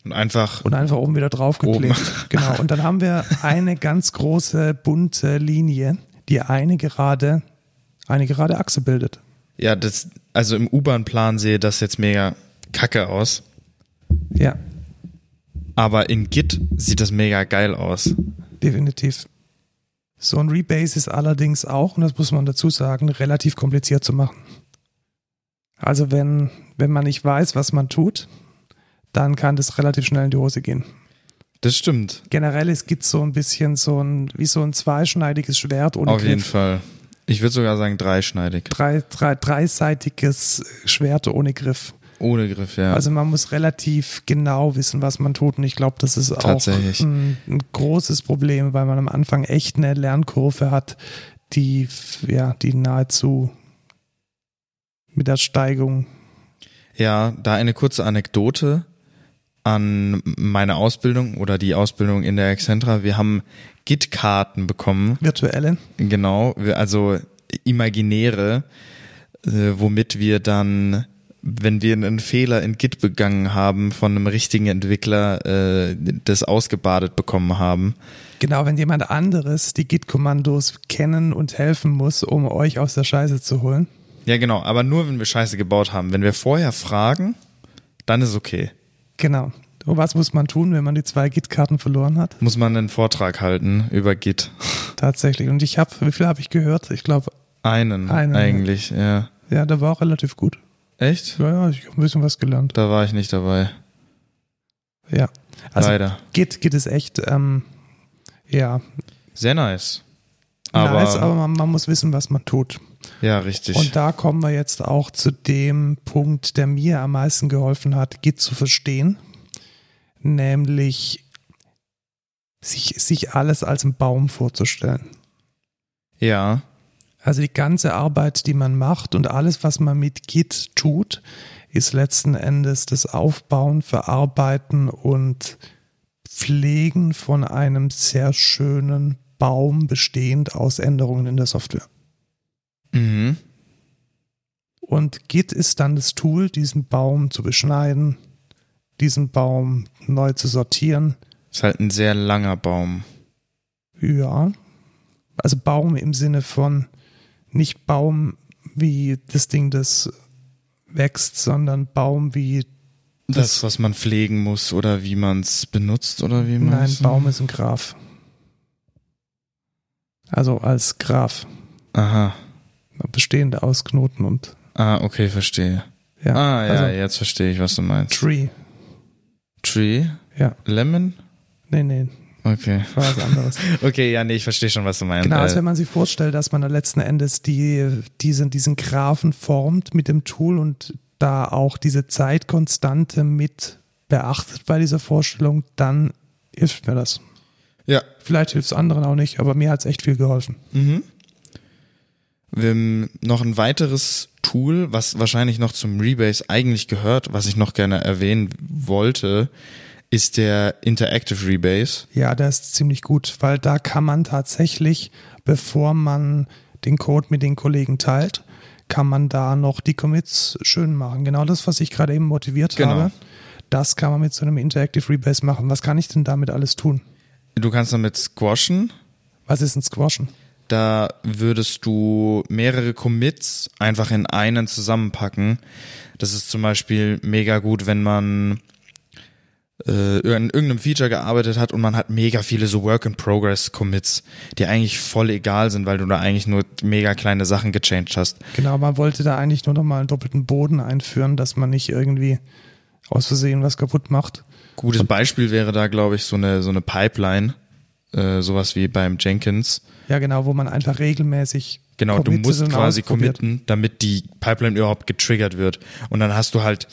Und einfach und einfach oben wieder draufgeklebt. Genau. Und dann haben wir eine ganz große bunte Linie, die eine gerade, eine gerade Achse bildet. ja, das also im U-Bahn-Plan sehe das jetzt mega kacke aus. Ja, Aber in Git sieht das mega geil aus. definitiv. So ein Rebase ist allerdings auch, und das muss man dazu sagen, relativ kompliziert zu machen. Also wenn, wenn man nicht weiß, was man tut, dann kann das relativ schnell in die Hose gehen. Das stimmt. Generell, es gibt so ein bisschen so ein, wie so ein zweischneidiges Schwert ohne Auf jeden Griff. Fall. Ich würde sogar sagen dreischneidig. Drei, drei, dreiseitiges Schwert ohne Griff. Ohne Griff, ja. Also man muss relativ genau wissen, was man tut. Und ich glaube, das ist auch Tatsächlich. ein, ein großes Problem, weil man am Anfang echt eine Lernkurve hat, die, f- ja, die nahezu mit der Steigung. Ja, da eine kurze Anekdote an meine Ausbildung oder die Ausbildung in der Excentra. Wir haben Git-Karten bekommen, Virtuelle. genau, wir- also imaginäre, äh, womit wir dann, wenn wir einen Fehler in Git begangen haben, von einem richtigen Entwickler äh, das ausgebadet bekommen haben. Genau, wenn jemand anderes die Git-Kommandos kennen und helfen muss, um euch aus der Scheiße zu holen. Ja, genau, aber nur, wenn wir Scheiße gebaut haben. Wenn wir vorher fragen, dann ist okay. Genau. Und was muss man tun, wenn man die zwei Git-Karten verloren hat? Muss man einen Vortrag halten über Git. Tatsächlich. Und ich habe, wie viel habe ich gehört? Ich glaube, Einen, Einen. eigentlich, ja. ja, der war auch relativ gut. Echt? Ja, ja, ich habe ein bisschen was gelernt. Da war ich nicht dabei. Ja. Also Leider. Git, Git ist echt, ähm, ja, Sehr nice. Aber, nice, aber man, man muss wissen, was man tut. ja, richtig. Und da kommen wir jetzt auch zu dem Punkt, der mir am meisten geholfen hat, Git zu verstehen. Nämlich sich, sich alles als einen Baum vorzustellen. ja, Also die ganze Arbeit, die man macht und alles, was man mit Git tut, ist letzten Endes das Aufbauen, Verarbeiten und Pflegen von einem sehr schönen Baum bestehend aus Änderungen in der Software. mhm. Und Git ist dann das Tool, diesen Baum zu beschneiden, diesen Baum neu zu sortieren. ist halt ein sehr langer Baum. Ja. Also Baum im Sinne von nicht Baum wie das Ding, das wächst, sondern Baum wie, Das, was man pflegen muss oder wie man es benutzt oder wie man nein, Baum ist ein Graph. Also als Graph, Aha. bestehend aus Knoten und Ah, okay, verstehe. ja, ah, ja, also jetzt verstehe ich, was du meinst. Tree. Tree? Ja. Lemon? Nee, nee, Okay. war was anderes. Okay, ja, nee, ich verstehe schon, was du meinst. Genau, Äh, als wenn man sich vorstellt, dass man da letzten Endes die, diesen, diesen Graphen formt mit dem Tool und da auch diese Zeitkonstante mit beachtet bei dieser Vorstellung, dann hilft mir das. ja, Vielleicht hilft es anderen auch nicht, aber mir hat es echt viel geholfen. Mhm. Wir haben noch ein weiteres Tool, was wahrscheinlich noch zum Rebase eigentlich gehört, was ich noch gerne erwähnen wollte, ist der Interactive Rebase. Ja, der ist ziemlich gut, weil da kann man tatsächlich, bevor man den Code mit den Kollegen teilt, kann man da noch die Commits schön machen. Genau das, was ich gerade eben motiviert Genau. habe, das kann man mit so einem Interactive Rebase machen. Was kann ich denn damit alles tun? Du kannst damit squashen. Was ist ein Squashen? Da würdest du mehrere Commits einfach in einen zusammenpacken. Das ist zum Beispiel mega gut, wenn man äh, an irgendeinem Feature gearbeitet hat und man hat mega viele so Work-in-Progress-Commits, die eigentlich voll egal sind, weil du da eigentlich nur mega kleine Sachen gechanged hast. Genau, man wollte da eigentlich nur nochmal einen doppelten Boden einführen, dass man nicht irgendwie aus Versehen was kaputt macht. Gutes Beispiel wäre da, glaube ich, so eine, so eine Pipeline, äh, sowas wie beim Jenkins. Ja, genau, wo man einfach regelmäßig. Genau, du committed musst und quasi ausprobiert. committen, damit die Pipeline überhaupt getriggert wird. Und dann hast du halt,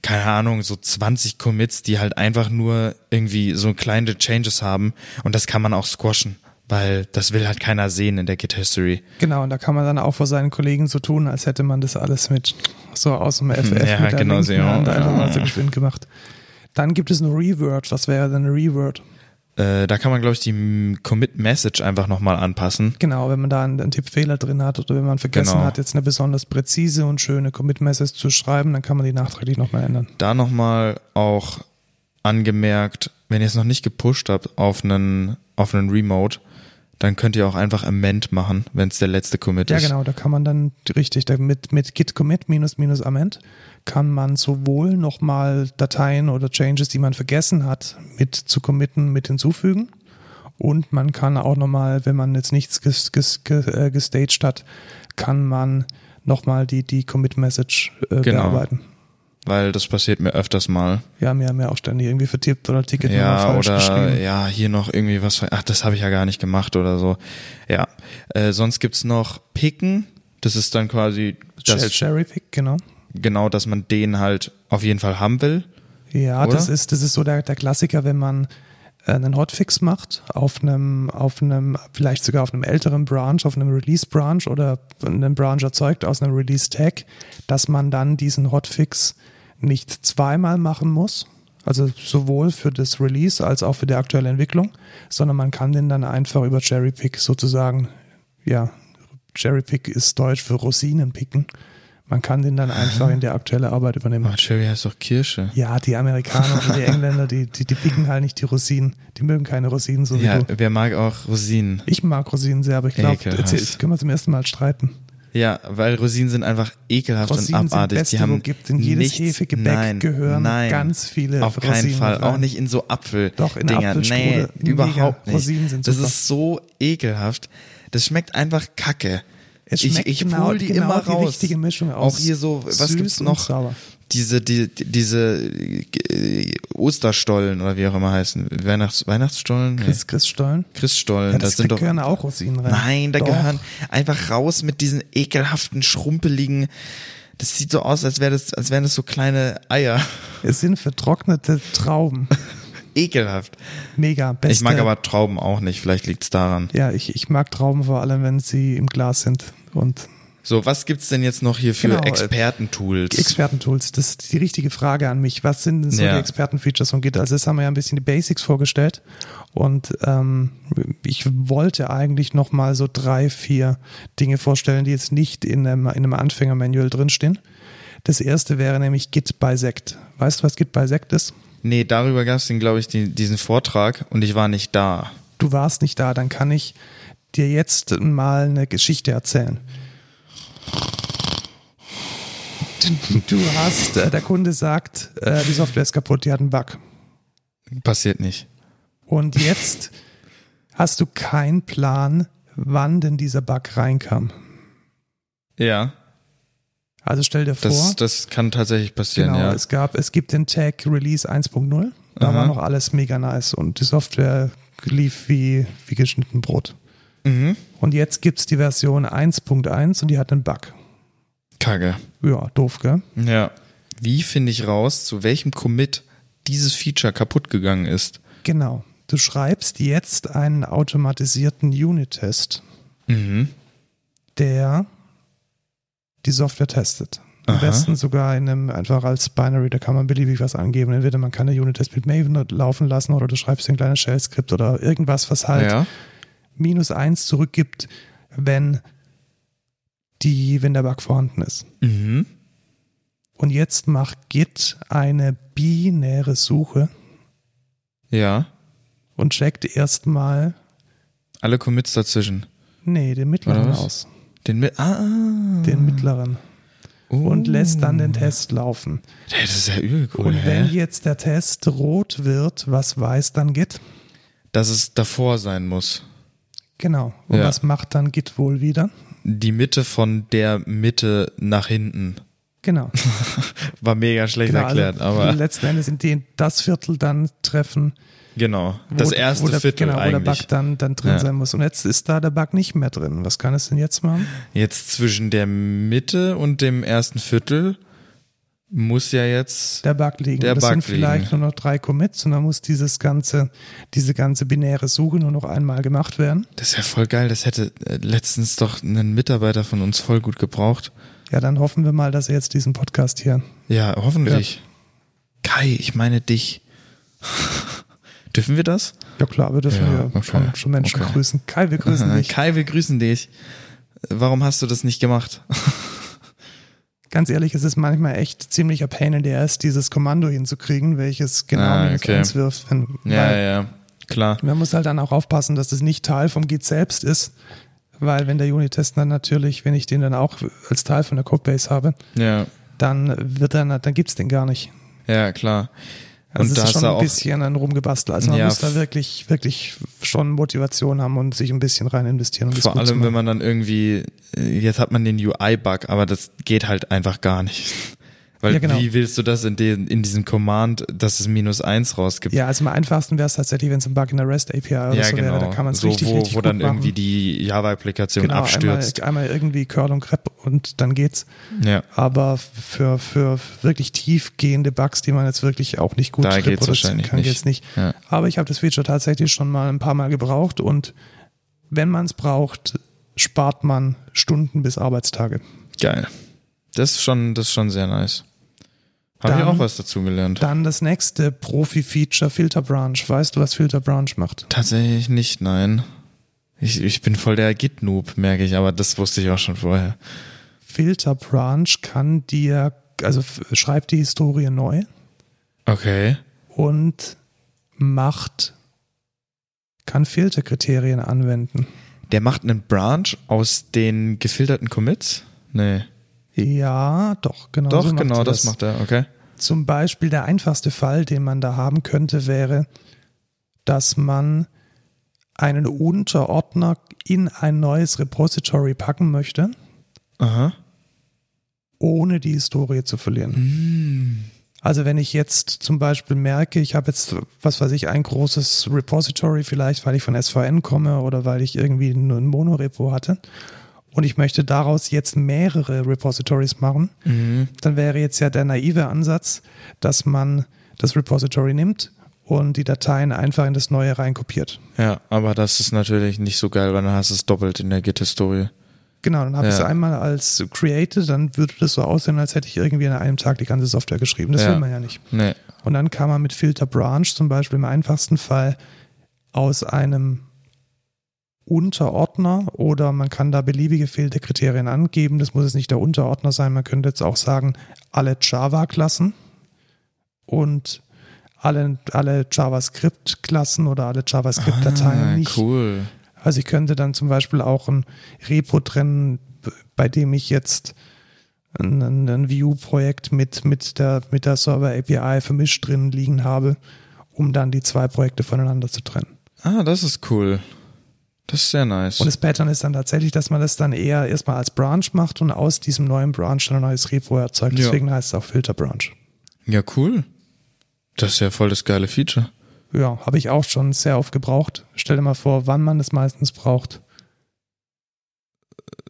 keine Ahnung, so 20 Commits, die halt einfach nur irgendwie so kleine Changes haben. Und das kann man auch squashen, weil das will halt keiner sehen in der Git History. Genau, und da kann man dann auch vor seinen Kollegen so tun, als hätte man das alles mit so aus dem FF Ja, mit der genau, linken so, ja. Hand einfach mal so geschwind gemacht. Dann gibt es ein Reword. Was wäre denn ein Reword? Äh, da kann man, glaube ich, die M- Commit-Message einfach nochmal anpassen. Genau, wenn man da einen, einen Tippfehler drin hat oder wenn man vergessen Genau. hat, jetzt eine besonders präzise und schöne Commit-Message zu schreiben, dann kann man die nachträglich nochmal ändern. Da nochmal auch angemerkt, wenn ihr es noch nicht gepusht habt auf einen, auf einen Remote, dann könnt ihr auch einfach Amend machen, wenn es der letzte Commit Ja, ist. genau, da kann man dann richtig, da mit, mit git commit minus minus amend kann man sowohl nochmal Dateien oder Changes, die man vergessen hat, mit zu committen, mit hinzufügen Und man kann auch nochmal, wenn man jetzt nichts ges ges ges äh, gestaged hat, kann man nochmal die, die Commit-Message äh, Genau. bearbeiten. Weil das passiert mir öfters mal. Wir haben ja mehr auch ständig irgendwie vertippt oder Ticket Ja, falsch oder geschrieben. ja, hier noch irgendwie was. ver- Ach, das habe ich ja gar nicht gemacht oder so. Ja. Äh, sonst gibt's noch Picken. Das ist dann quasi Das das, Cherry Pick, genau. genau, dass man den halt auf jeden Fall haben will. Ja, Oder? das ist, das ist so der, der Klassiker, wenn man äh, einen Hotfix macht auf einem, auf einem, vielleicht sogar auf einem älteren Branch, auf einem Release-Branch oder einen Branch erzeugt aus einem Release-Tag, dass man dann diesen Hotfix nicht zweimal machen muss, also sowohl für das Release als auch für die aktuelle Entwicklung, sondern man kann den dann einfach über Cherry-Pick sozusagen, ja, Cherry-Pick ist Deutsch für Rosinen picken. Man kann den dann einfach in der aktuelle Arbeit übernehmen. Oh, Cherry heißt doch Kirsche. Ja, die Amerikaner und die Engländer, die, die, die picken halt nicht die Rosinen. Die mögen keine Rosinen, so wie Ja, du. wer mag auch Rosinen? Ich mag Rosinen sehr, aber ich glaube, jetzt, Ekelhaft. jetzt können wir zum ersten Mal streiten. Ja, weil Rosinen sind einfach ekelhaft Rosinen und sind abartig. Beste, die wo haben gibt. In jedes nichts, Hefegebäck nein, gehören nein, ganz viele Auf keinen Rosinen Fall, rein. auch nicht in so Apfel. Doch, in Dinger. Apfelstrudel. Nee, überhaupt Mega. nicht. Rosinen sind das super. ist so ekelhaft. Das schmeckt einfach Kacke. Es schmeckt ich ich genau- hol die genau immer die raus. richtige Mischung aus Auch hier so, was süß gibt's und noch? sauer. Diese, die, die- diese äh, Osterstollen oder wie auch immer heißen. Weihnachts, Weihnachtsstollen? Nee. Chris, Chris Stollen. Christstollen. Ja, das, das, sind da doch gehören auch Rosinen rein. Nein, da Ne? Doch. gehören einfach raus mit diesen ekelhaften, schrumpeligen. Das sieht so aus, als, wär das, als wären das so kleine Eier. Es sind vertrocknete Trauben. Ekelhaft. Mega. Beste. Ich mag aber Trauben auch nicht, vielleicht liegt's daran. Ja, ich, ich mag Trauben vor allem, wenn sie im Glas sind. Und So, was gibt's denn jetzt noch hier für Genau, äh, Expertentools? Die Expertentools, das ist die richtige Frage an mich. Was sind denn so Ja. die Expertenfeatures und geht? Also, jetzt haben wir ja ein bisschen die Basics vorgestellt und ähm, ich wollte eigentlich nochmal so drei, vier Dinge vorstellen, die jetzt nicht in einem, in einem Anfänger-Manual drinstehen. Das erste wäre nämlich Git bisect. Weißt du, was Git bisect ist? nee, darüber gab's den, glaube ich, die, diesen Vortrag und ich war nicht da. Du warst nicht da, dann kann ich dir jetzt mal eine Geschichte erzählen. Du hast, äh, der Kunde sagt, äh, die Software ist kaputt, die hat einen Bug. Passiert nicht. Und jetzt hast du keinen Plan, wann denn dieser Bug reinkam. Ja, Also stell dir vor, das, das kann tatsächlich passieren, genau, ja. es gab, es gibt den Tag Release 1.0, da Aha. war noch alles mega nice und die Software lief wie, wie geschnitten Brot. Mhm. Und jetzt gibt es die Version 1.1 und die hat einen Bug. Kacke. Ja, doof, gell? Ja. Wie finde ich raus, zu welchem Commit dieses Feature kaputt gegangen ist? Genau. Du schreibst jetzt einen automatisierten Unit-Test, Mhm. der die Software testet. Am Aha. besten sogar in einem, einfach als Binary, da kann man beliebig was angeben. Entweder man kann eine Unit-Test mit Maven laufen lassen oder du schreibst ein kleines Shell-Skript oder irgendwas, was halt Ja. minus eins zurückgibt, wenn die, wenn der Bug vorhanden ist. Mhm. Und jetzt macht Git eine binäre Suche Ja. und checkt erstmal, Alle Commits dazwischen. nee, den mittleren Oder was? aus. Den mit. Ah. Den mittleren. Oh. und lässt dann den Test laufen. Hey, Das ist ja übel cool. und wenn hä? jetzt der Test rot wird, was weiß dann Git? Dass es davor sein muss. Genau. Und Ja. was macht dann Git wohl wieder? Die Mitte von der Mitte nach hinten. Genau. War mega schlecht genau erklärt, also aber letzten Endes in den das Viertel dann treffen, genau. wo, Das wo erste der, Viertel genau, wo der eigentlich. Bug dann, dann drin Ja. sein muss. Und jetzt ist da der Bug nicht mehr drin. Was kann es denn jetzt machen? Jetzt zwischen der Mitte und dem ersten Viertel muss ja jetzt. Der Bug liegen. Der das Bug sind vielleicht liegen. nur noch drei Commits und dann muss dieses ganze, diese ganze binäre Suche nur noch einmal gemacht werden. Das ist ja voll geil. Das hätte äh, letztens doch einen Mitarbeiter von uns voll gut gebraucht. Ja, dann hoffen wir mal, dass er jetzt diesen Podcast hier Ja, hoffentlich. Kai, ich meine dich. Dürfen wir das? Ja klar, wir dürfen Ja, ja, okay, schon, schon Menschen okay. grüßen. Kai, wir grüßen Äh, dich. Kai, wir grüßen dich. Warum hast du das nicht gemacht? Ganz ehrlich, es ist manchmal echt ziemlicher Pain in the ass, dieses Kommando hinzukriegen, welches genau Ah, minus okay. eins wirft. Wenn, Ja, weil ja, klar. Man muss halt dann auch aufpassen, dass es nicht Teil vom Git selbst ist, weil wenn der Unit-Test dann natürlich, wenn ich den dann auch als Teil von der Codebase habe, Ja, dann wird er, na- dann gibt's den gar nicht. ja, klar. Also Und es ist da ist schon er ein auch- bisschen ein Rumgebastel. Also man Ja, muss da f- wirklich, wirklich schon Motivation haben und sich ein bisschen rein investieren. Um das Vor gut zu allem, wenn machen. man dann irgendwie, äh, jetzt hat man den UI-Bug, aber das geht halt einfach gar nicht. Weil Ja, genau. wie willst du das in, den, in diesem Command, dass es minus eins rausgibt? Ja, also am einfachsten wäre es tatsächlich, wenn es ein Bug in der REST API oder so wäre, da kann man es genau. so, richtig, wo, richtig wo gut dann machen. irgendwie die Java-Applikation genau, einmal, abstürzt. einmal irgendwie Curl und Grep und dann geht's. Ja, Aber für, für wirklich tiefgehende Bugs, die man jetzt wirklich auch nicht gut Da geht's reproduzieren wahrscheinlich kann, nicht. geht's nicht. Ja. Aber ich habe das Feature tatsächlich schon mal ein paar Mal gebraucht und wenn man es braucht, spart man Stunden bis Arbeitstage. geil. Das ist schon, das ist schon sehr nice. Habe Dann- ich auch was dazu gelernt. Dann das nächste Profi-Feature, Filter Branch. Weißt du, was Filter Branch macht? Tatsächlich nicht, nein. Ich, ich bin voll der Git-Noob, merke ich, aber das wusste ich auch schon vorher. Filter Branch kann dir, also f- schreibt die Historie neu Okay. und macht, kann Filterkriterien anwenden. Der macht einen Branch aus den gefilterten Commits? Nee. Ja, doch, genau. Doch, so macht genau, sie das. macht er, okay. Zum Beispiel der einfachste Fall, den man da haben könnte, wäre, dass man einen Unterordner in ein neues Repository packen möchte, Aha. ohne die Historie zu verlieren. Also wenn ich jetzt zum Beispiel merke, ich habe jetzt, was weiß ich, ein großes Repository vielleicht, weil ich von SVN komme oder weil ich irgendwie nur ein Monorepo hatte und ich möchte daraus jetzt mehrere Repositories machen, Mhm. dann wäre jetzt ja der naive Ansatz, dass man das Repository nimmt und die Dateien einfach in das neue reinkopiert. Ja, aber das ist natürlich nicht so geil, weil dann hast du es doppelt in der Git-Historie. Genau, dann habe ich es Ja. einmal als created, dann würde das so aussehen, als hätte ich irgendwie an einem Tag die ganze Software geschrieben. Das Ja. will man ja nicht. Nee. Und dann kann man mit Filter Branch zum Beispiel im einfachsten Fall aus einem Unterordner oder man kann da beliebige Filterkriterien angeben. Das muss jetzt nicht der Unterordner sein. Man könnte jetzt auch sagen, alle Java-Klassen und alle, alle JavaScript-Klassen oder alle JavaScript-Dateien Ah, nicht. cool. Also ich könnte dann zum Beispiel auch ein Repo trennen, b- bei dem ich jetzt ein, ein, ein View-Projekt mit, mit der, mit der Server-API vermischt drin liegen habe, um dann die zwei Projekte voneinander zu trennen. Ah, das ist cool. Das ist sehr nice. Und das Pattern ist dann tatsächlich, dass man das dann eher erstmal als Branch macht und aus diesem neuen Branch dann ein neues Repo erzeugt. Ja. Deswegen heißt es auch Filter-Branch. ja, cool. Das ist ja voll das geile Feature. Ja, habe ich auch schon sehr oft gebraucht. Stell dir mal vor, wann man das meistens braucht.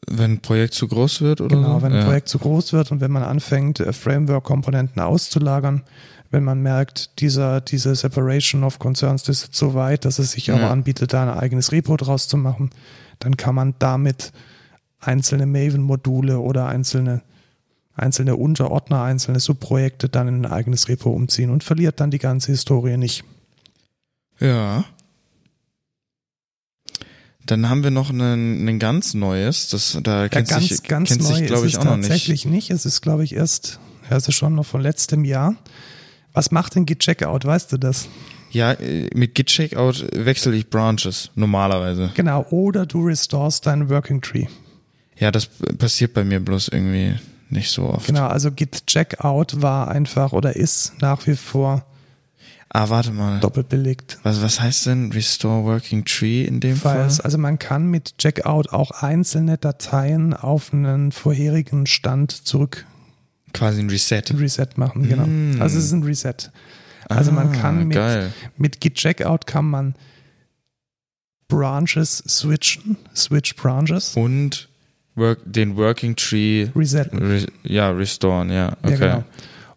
Wenn ein Projekt zu groß wird oder Genau, so? wenn ein ja. Projekt zu groß wird und wenn man anfängt, äh, Framework-Komponenten auszulagern, wenn man merkt, dieser, diese Separation of Concerns das ist so weit, dass es sich Ja. aber anbietet, da ein eigenes Repo draus zu machen, dann kann man damit einzelne Maven-Module oder einzelne, einzelne Unterordner, einzelne Subprojekte dann in ein eigenes Repo umziehen und verliert dann die ganze Historie nicht. Ja. Dann haben wir noch ein ein ganz neues, das da kennst ja, ganz, dich, ganz kennst neu dich glaube ist ich es auch noch nicht. tatsächlich nicht. Es ist, glaube ich, erst, ja, es ist schon noch von letztem Jahr. Was macht denn Git Checkout? Weißt du das? Ja, äh, mit Git Checkout wechsle ich Branches normalerweise. Genau, oder du restorest dein Working Tree. Ja, das p- passiert bei mir bloß irgendwie nicht so oft. Genau, also Git Checkout war einfach oder ist nach wie vor Ah, warte mal. doppelt belegt. Was, was heißt denn Restore Working Tree in dem Files. Fall? Also man kann mit Checkout auch einzelne Dateien auf einen vorherigen Stand zurück Quasi ein Reset. Reset machen. Genau. Mm. Also es ist ein Reset. Also man kann mit, Ah, geil. mit Git Checkout kann man Branches switchen, Switch Branches, Und work, den Working Tree resetten. re, ja, restoren, ja. Okay. Ja, genau.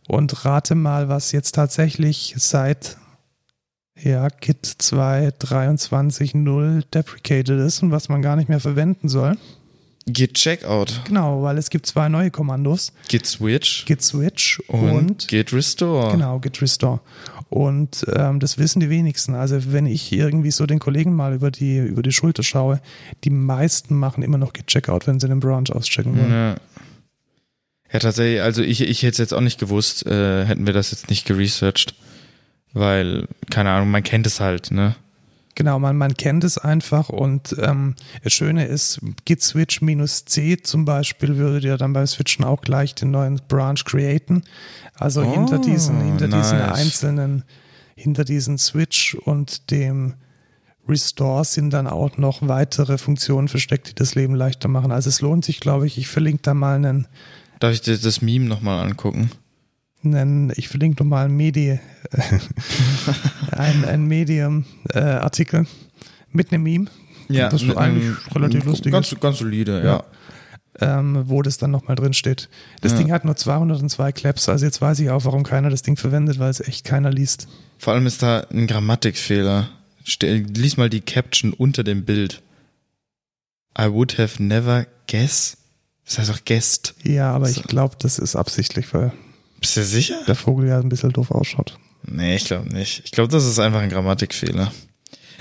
Und rate mal, was jetzt tatsächlich seit ja, Git 2.23.0 deprecated ist und was man gar nicht mehr verwenden soll. Git Checkout, Genau, weil es gibt zwei neue Kommandos, Git Switch Git Switch und, und, Git Restore. genau, Git Restore. Und ähm, das wissen die wenigsten. Also wenn ich irgendwie so den Kollegen mal über die, über die Schulter schaue, die meisten machen immer noch Git Checkout, wenn sie den Branch auschecken wollen. Ja. ja, tatsächlich, also ich, ich hätte es jetzt auch nicht gewusst, äh, hätten wir das jetzt nicht geresearched. Weil, keine Ahnung, man kennt es halt, ne? Genau, man, man kennt es einfach und ähm, das Schöne ist, git switch minus c zum Beispiel würde ja dann beim Switchen auch gleich den neuen Branch createn. Also Oh, hinter diesen, hinter diesen nice. einzelnen, hinter diesen Switch und dem Restore sind dann auch noch weitere Funktionen versteckt, die das Leben leichter machen. Also es lohnt sich, glaube ich. Ich verlinke da mal einen Darf ich dir das Meme nochmal angucken? einen, ich verlinke nochmal ein Medi, äh, ein, ein Medium-Artikel mit einem Meme, Ja, Das ist mit eigentlich einem- relativ einem lustig. Ganz, ganz solide, ja. Ja. ähm, wo das dann nochmal drin steht. Das Ja. Ding hat nur 202 Claps, also jetzt weiß ich auch, warum keiner das Ding verwendet, weil es echt keiner liest. Vor allem ist da ein Grammatikfehler. Ste- lies mal die Caption unter dem Bild. I would have never guessed. Das heißt auch guessed. Ja, aber ich So. glaube, das ist absichtlich, weil Bist du sicher? der Vogel ja ein bisschen doof ausschaut. Nee, ich glaube nicht. Ich glaube, das ist einfach ein Grammatikfehler.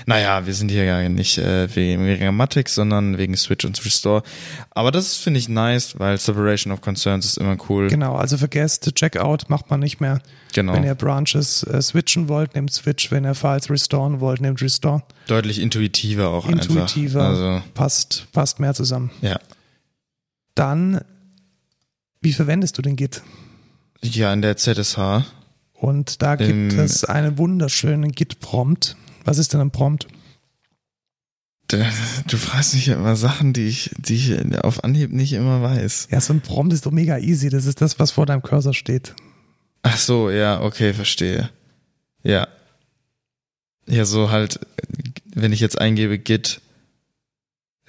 Naja, wir sind hier ja nicht äh, wegen wegen Grammatik, sondern wegen Switch und Restore. Aber das finde ich nice, weil Separation of Concerns ist immer cool. Genau, also vergesst, Checkout macht man nicht mehr. Genau. Wenn ihr Branches äh, switchen wollt, nehmt Switch. Wenn ihr Files restoren wollt, nehmt Restore. Deutlich intuitiver auch Intuitiver. einfach. Passt, passt mehr zusammen. Also, ja. Dann, wie verwendest du den Git? Ja, in der ZSH. Und da gibt Ähm, es einen wunderschönen Git-Prompt. Was ist denn ein Prompt? D- Du fragst mich ja immer Sachen, die ich, die ich auf Anhieb nicht immer weiß. Ja, so ein Prompt ist doch mega easy. Das ist das, was vor deinem Cursor steht. Ach so, ja, okay, verstehe. Ja. Ja, so halt, wenn ich jetzt eingebe Git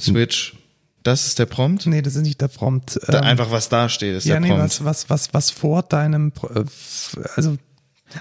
Switch, das ist der Prompt? Nee, das ist nicht der Prompt. Da Ähm, einfach was da steht, ist ja, der nee, Prompt. was, was, was, was vor deinem, Pro- äh, f- also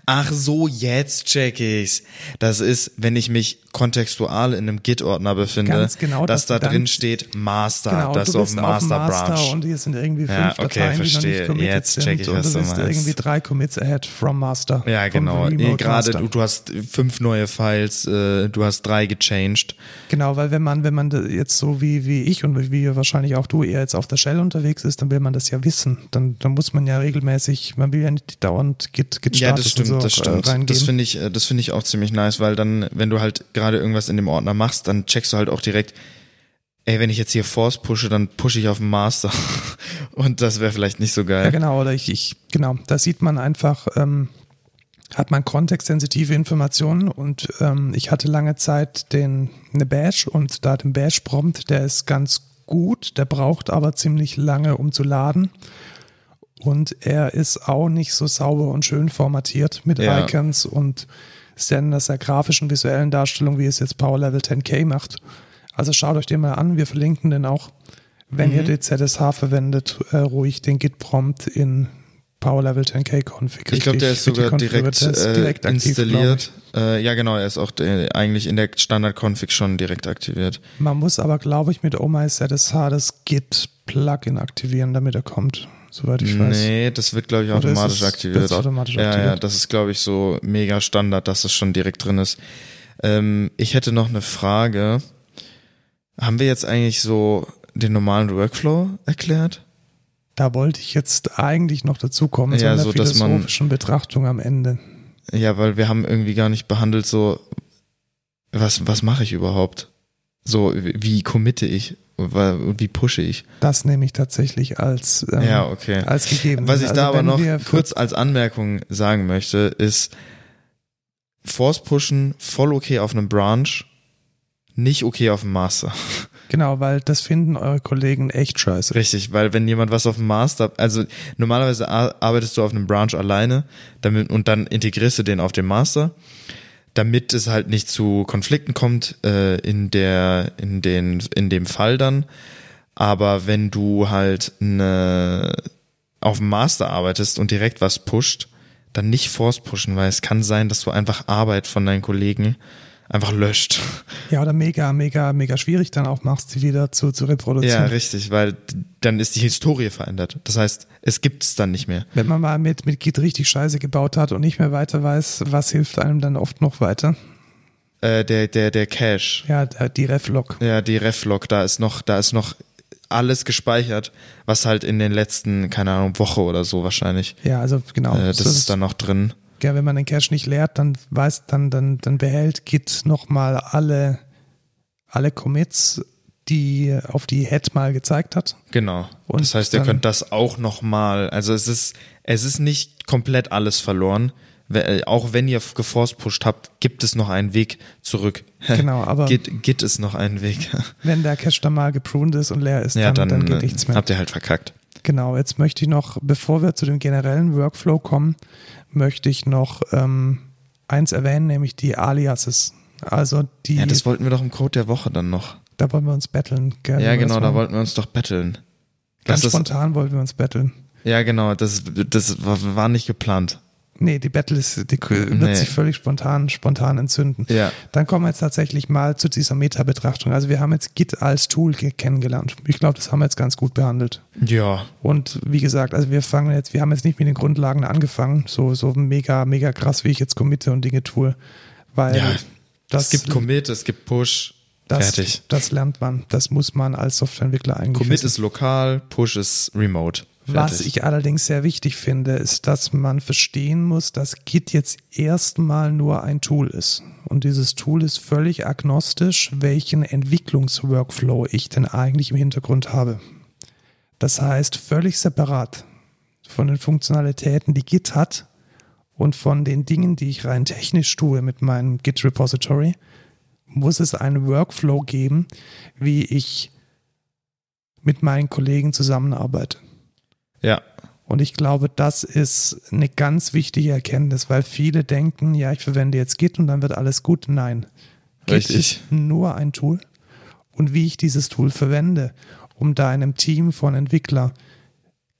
Ach so, jetzt check ich's. Das ist, wenn ich mich kontextual in einem Git-Ordner befinde, Ganz genau, dass dass da du dann- drin steht Master, genau, dass du du auf bist Master, auf dem Master Branch. und hier sind irgendwie fünf Ja, okay, Dateien, die noch verstehe. nicht committed Jetzt sind check ich, und was du du bist meinst. irgendwie drei Commits ahead from Master. Ja, From genau. Remote Eh, Gerade Master. du, du hast fünf neue Files, äh, du hast drei gechanged. Genau, weil wenn man, wenn man da jetzt so wie, wie ich und wie wahrscheinlich auch du eher jetzt auf der Shell unterwegs ist, dann will man das ja wissen. Dann, dann muss man ja regelmäßig, man will ja nicht dauernd Git, Git Ja, Status das und stimmt, so das äh, stimmt. reingeben. Das finde ich, äh, das finde ich auch ziemlich nice, weil dann, wenn du halt gerade irgendwas in dem Ordner machst, dann checkst du halt auch direkt, ey, wenn ich jetzt hier Force pushe, dann pushe ich auf den Master. Und das wäre vielleicht nicht so ja, geil. genau, oder ich, ich, genau, da sieht man einfach, ähm, hat man kontextsensitive Informationen und ähm, ich hatte lange Zeit den, eine Bash und da den Bash-Prompt, der ist ganz gut, der braucht aber ziemlich lange, um zu laden. Und er ist auch nicht so sauber und schön formatiert mit Ja. Icons und Senders der grafischen, visuellen Darstellung, wie es jetzt Power Level 10K macht. Also schaut euch den mal an, wir verlinken den auch. Wenn Mhm. ihr die ZSH verwendet, äh, ruhig den Git-Prompt in Power Level 10K Config. Ich glaube, der richtig- ist sogar richtig direkt, konfiguriert. Der äh, ist direkt aktiv, glaub installiert. Äh, ja, genau, er ist auch äh, eigentlich in der Standard-Config schon direkt aktiviert. ich. Man muss aber, glaube ich, mit Oh My ZSH das Git-Plugin aktivieren, damit er kommt, soweit ich weiß. Nee, das wird, glaube ich, Oder ist automatisch es- aktiviert. das ist automatisch ja, Ja, aktiviert? das ist, glaube ich, so mega Standard, dass das schon direkt drin ist. Ähm, ich hätte noch eine Frage. Haben wir jetzt eigentlich so den normalen Workflow erklärt? Da wollte ich jetzt eigentlich noch dazukommen, Ja, zu einer so, dass man- philosophischen Betrachtung am Ende. Ja, weil wir haben irgendwie gar nicht behandelt, so, was, was mache ich überhaupt? So, wie committe ich? Wa- Wie pushe ich? Das nehme ich tatsächlich als, ähm, Ja, okay. als gegeben. Was ich Also da aber wenn noch wir für- kurz als Anmerkung sagen möchte, ist Force pushen voll okay auf einem Branch, nicht okay auf dem Master. Genau, weil das finden eure Kollegen echt scheiße. Richtig, weil wenn jemand was auf dem Master, also normalerweise ar- arbeitest du auf einem Branch alleine damit, und dann integrierst du den auf dem Master, damit es halt nicht zu Konflikten kommt äh, in der in den in dem Fall dann. Aber wenn du halt eine, auf dem Master arbeitest und direkt was pusht, dann nicht force pushen, weil es kann sein, dass du einfach Arbeit von deinen Kollegen einfach löscht. Ja, oder mega, mega, mega schwierig dann auch machst, sie wieder zu, zu Ja, reproduzieren. richtig, weil d- dann ist die Historie verändert. Das heißt, es gibt es dann nicht mehr. Wenn man mal mit, mit Git richtig Scheiße gebaut hat und nicht mehr weiter weiß, was hilft einem dann oft noch weiter? Äh, der, der, der Cache. Ja, da- die Reflog. Ja, die Reflog, da ist noch, da ist noch alles gespeichert, was halt in den letzten, keine Ahnung, Woche oder so wahrscheinlich. Ja, also genau. Äh, das So ist dann noch drin. Ja, wenn man den Cache nicht leert, dann weiß, dann, dann, dann behält Git nochmal alle, alle Commits, die auf die Head mal gezeigt hat. Genau. Und das heißt, ihr dann- könnt das auch nochmal, also es ist, es ist nicht komplett alles verloren. We- äh, Auch wenn ihr geforce pushed habt, gibt es noch einen Weg zurück. Genau, aber- Git, Git ist noch einen Weg. Wenn der Cache dann mal gepruned ist und leer ist, ja, dann, dann, dann geht äh, nichts mehr. habt ihr halt verkackt. Genau, jetzt möchte ich noch, bevor wir zu dem generellen Workflow kommen, möchte ich noch ähm, eins erwähnen, nämlich die Aliases. Also die, Ja, das wollten wir doch im Code der Woche dann noch. da wollen wir uns betteln. Gell? Ja, Wenn wir das genau, da wollen. wollten wir uns doch betteln. Ganz das ist, spontan wollten wir uns betteln. ja, genau, das, das war war nicht geplant. Nee, die Battle ist, die wird Nee. sich völlig spontan, spontan entzünden. Ja. Dann kommen wir jetzt tatsächlich mal zu dieser Meta-Betrachtung. Also wir haben jetzt Git als Tool ge- kennengelernt. Ich glaube, das haben wir jetzt ganz gut behandelt. Ja, Und wie gesagt, also wir fangen jetzt, wir haben jetzt nicht mit den Grundlagen angefangen, so, so mega, mega krass, wie ich jetzt committe und Dinge tue. Weil Ja, das, es gibt Commit, es gibt Push. das, fertig. das lernt man. Das muss man als Softwareentwickler eigentlich. Commit wissen. ist lokal, Push ist remote. Was Fertig. ich allerdings sehr wichtig finde, ist, dass man verstehen muss, dass Git jetzt erstmal nur ein Tool ist. Und dieses Tool ist völlig agnostisch, welchen Entwicklungsworkflow ich denn eigentlich im Hintergrund habe. Das heißt, völlig separat von den Funktionalitäten, die Git hat und von den Dingen, die ich rein technisch tue mit meinem Git Repository, muss es einen Workflow geben, wie ich mit meinen Kollegen zusammenarbeite. Ja, Und ich glaube, das ist eine ganz wichtige Erkenntnis, weil viele denken, ja, ich verwende jetzt Git und dann wird alles gut. Nein. Git Richtig. ist nur ein Tool. Und wie ich dieses Tool verwende, um da einem Team von Entwicklern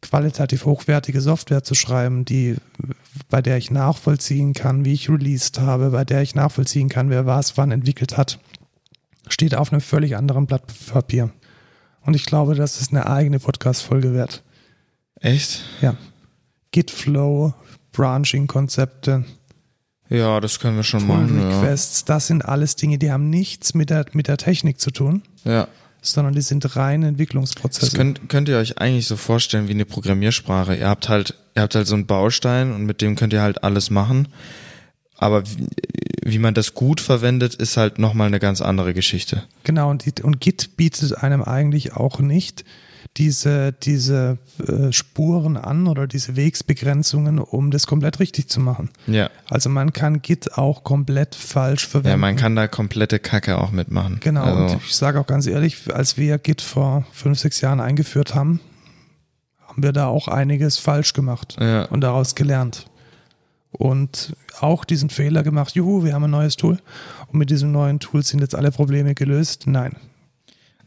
qualitativ hochwertige Software zu schreiben, die, bei der ich nachvollziehen kann, wie ich released habe, bei der ich nachvollziehen kann, wer was wann entwickelt hat, steht auf einem völlig anderen Blatt Papier. Und ich glaube, das ist eine eigene Podcast-Folge wert. echt? Ja. Gitflow, Branching-Konzepte, Ja, das können wir schon machen. Ja. Pull-Requests, das sind alles Dinge, die haben nichts mit der, mit der Technik zu tun, ja. sondern die sind rein Das Entwicklungsprozesse. könnt, könnt ihr euch eigentlich so vorstellen wie eine Programmiersprache. Ihr habt halt, ihr habt halt so einen Baustein und mit dem könnt ihr halt alles machen. Aber wie, wie man das gut verwendet, ist halt nochmal eine ganz andere Geschichte. Genau, und, die, und Git bietet einem eigentlich auch nicht diese, diese äh, Spuren an oder diese Wegsbegrenzungen, um das komplett richtig zu machen. Ja. Also man kann Git auch komplett falsch verwenden. Ja, man kann da komplette Kacke auch mitmachen. Genau, Also, und ich sage auch ganz ehrlich, als wir Git vor fünf, sechs Jahren eingeführt haben, haben wir da auch einiges falsch gemacht Ja. und daraus gelernt. Und auch diesen Fehler gemacht, juhu, wir haben ein neues Tool und mit diesem neuen Tool sind jetzt alle Probleme gelöst. Nein,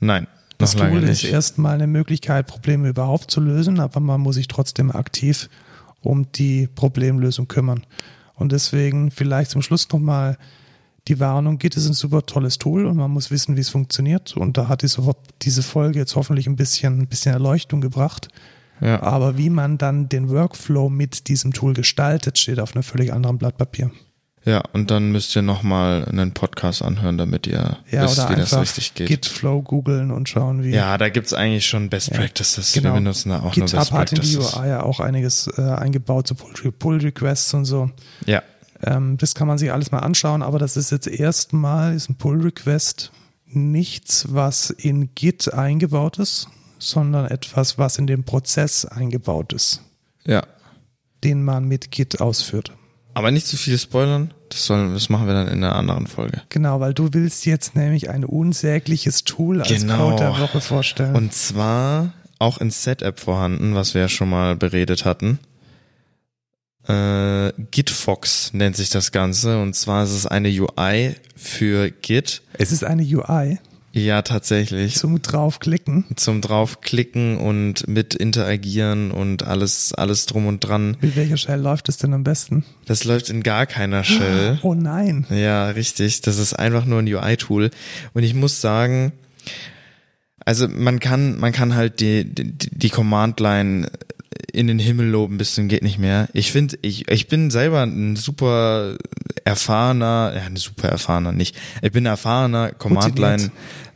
nein, noch das lange Tool ist nicht. erstmal eine Möglichkeit, Probleme überhaupt zu lösen, aber man muss sich trotzdem aktiv um die Problemlösung kümmern. Und deswegen vielleicht zum Schluss nochmal die Warnung, Git ist ein super tolles Tool und man muss wissen, wie es funktioniert. Und da hat diese, diese Folge jetzt hoffentlich ein bisschen, ein bisschen Erleuchtung gebracht. Ja. Aber wie man dann den Workflow mit diesem Tool gestaltet, steht auf einem völlig anderen Blatt Papier. Ja, und dann müsst ihr nochmal einen Podcast anhören, damit ihr Ja, wisst, oder wie das einfach richtig geht. Git Flow googeln und schauen, wie, Ja, da gibt's eigentlich schon Best Practices. Genau. Wir benutzen da auch nur Best GitHub hat in die Practices. UI ja auch einiges äh, eingebaut, so Pull- Pull-Requests und so. Ja, Ähm, das kann man sich alles mal anschauen, aber das ist jetzt erstmal, ist ein Pull-Request nichts, was in Git eingebaut ist, sondern etwas, was in den Prozess eingebaut ist, ja. den man mit Git ausführt. Aber nicht zu viel spoilern. Das, sollen, das machen wir dann in einer anderen Folge. Genau, weil du willst jetzt nämlich ein unsägliches Tool als Genau. Code der Woche vorstellen. Und zwar auch in Setup vorhanden, was wir ja schon mal beredet hatten. Äh, GitFox nennt sich das Ganze. Und zwar ist es eine UI für Git. es ist eine UI Ja, tatsächlich. zum draufklicken. zum draufklicken und mit interagieren und alles, alles drum und dran. Mit welcher Shell läuft es denn am besten? Das läuft in gar keiner Shell. Oh nein. Ja, richtig. Das ist einfach nur ein UI-Tool. Und ich muss sagen, also man kann, man kann halt die, die, die Command-Line in den Himmel loben bis zum geht nicht mehr. Ich finde, ich, ich bin selber ein super erfahrener, ja, ein super erfahrener nicht. Ich bin ein erfahrener Command-Line,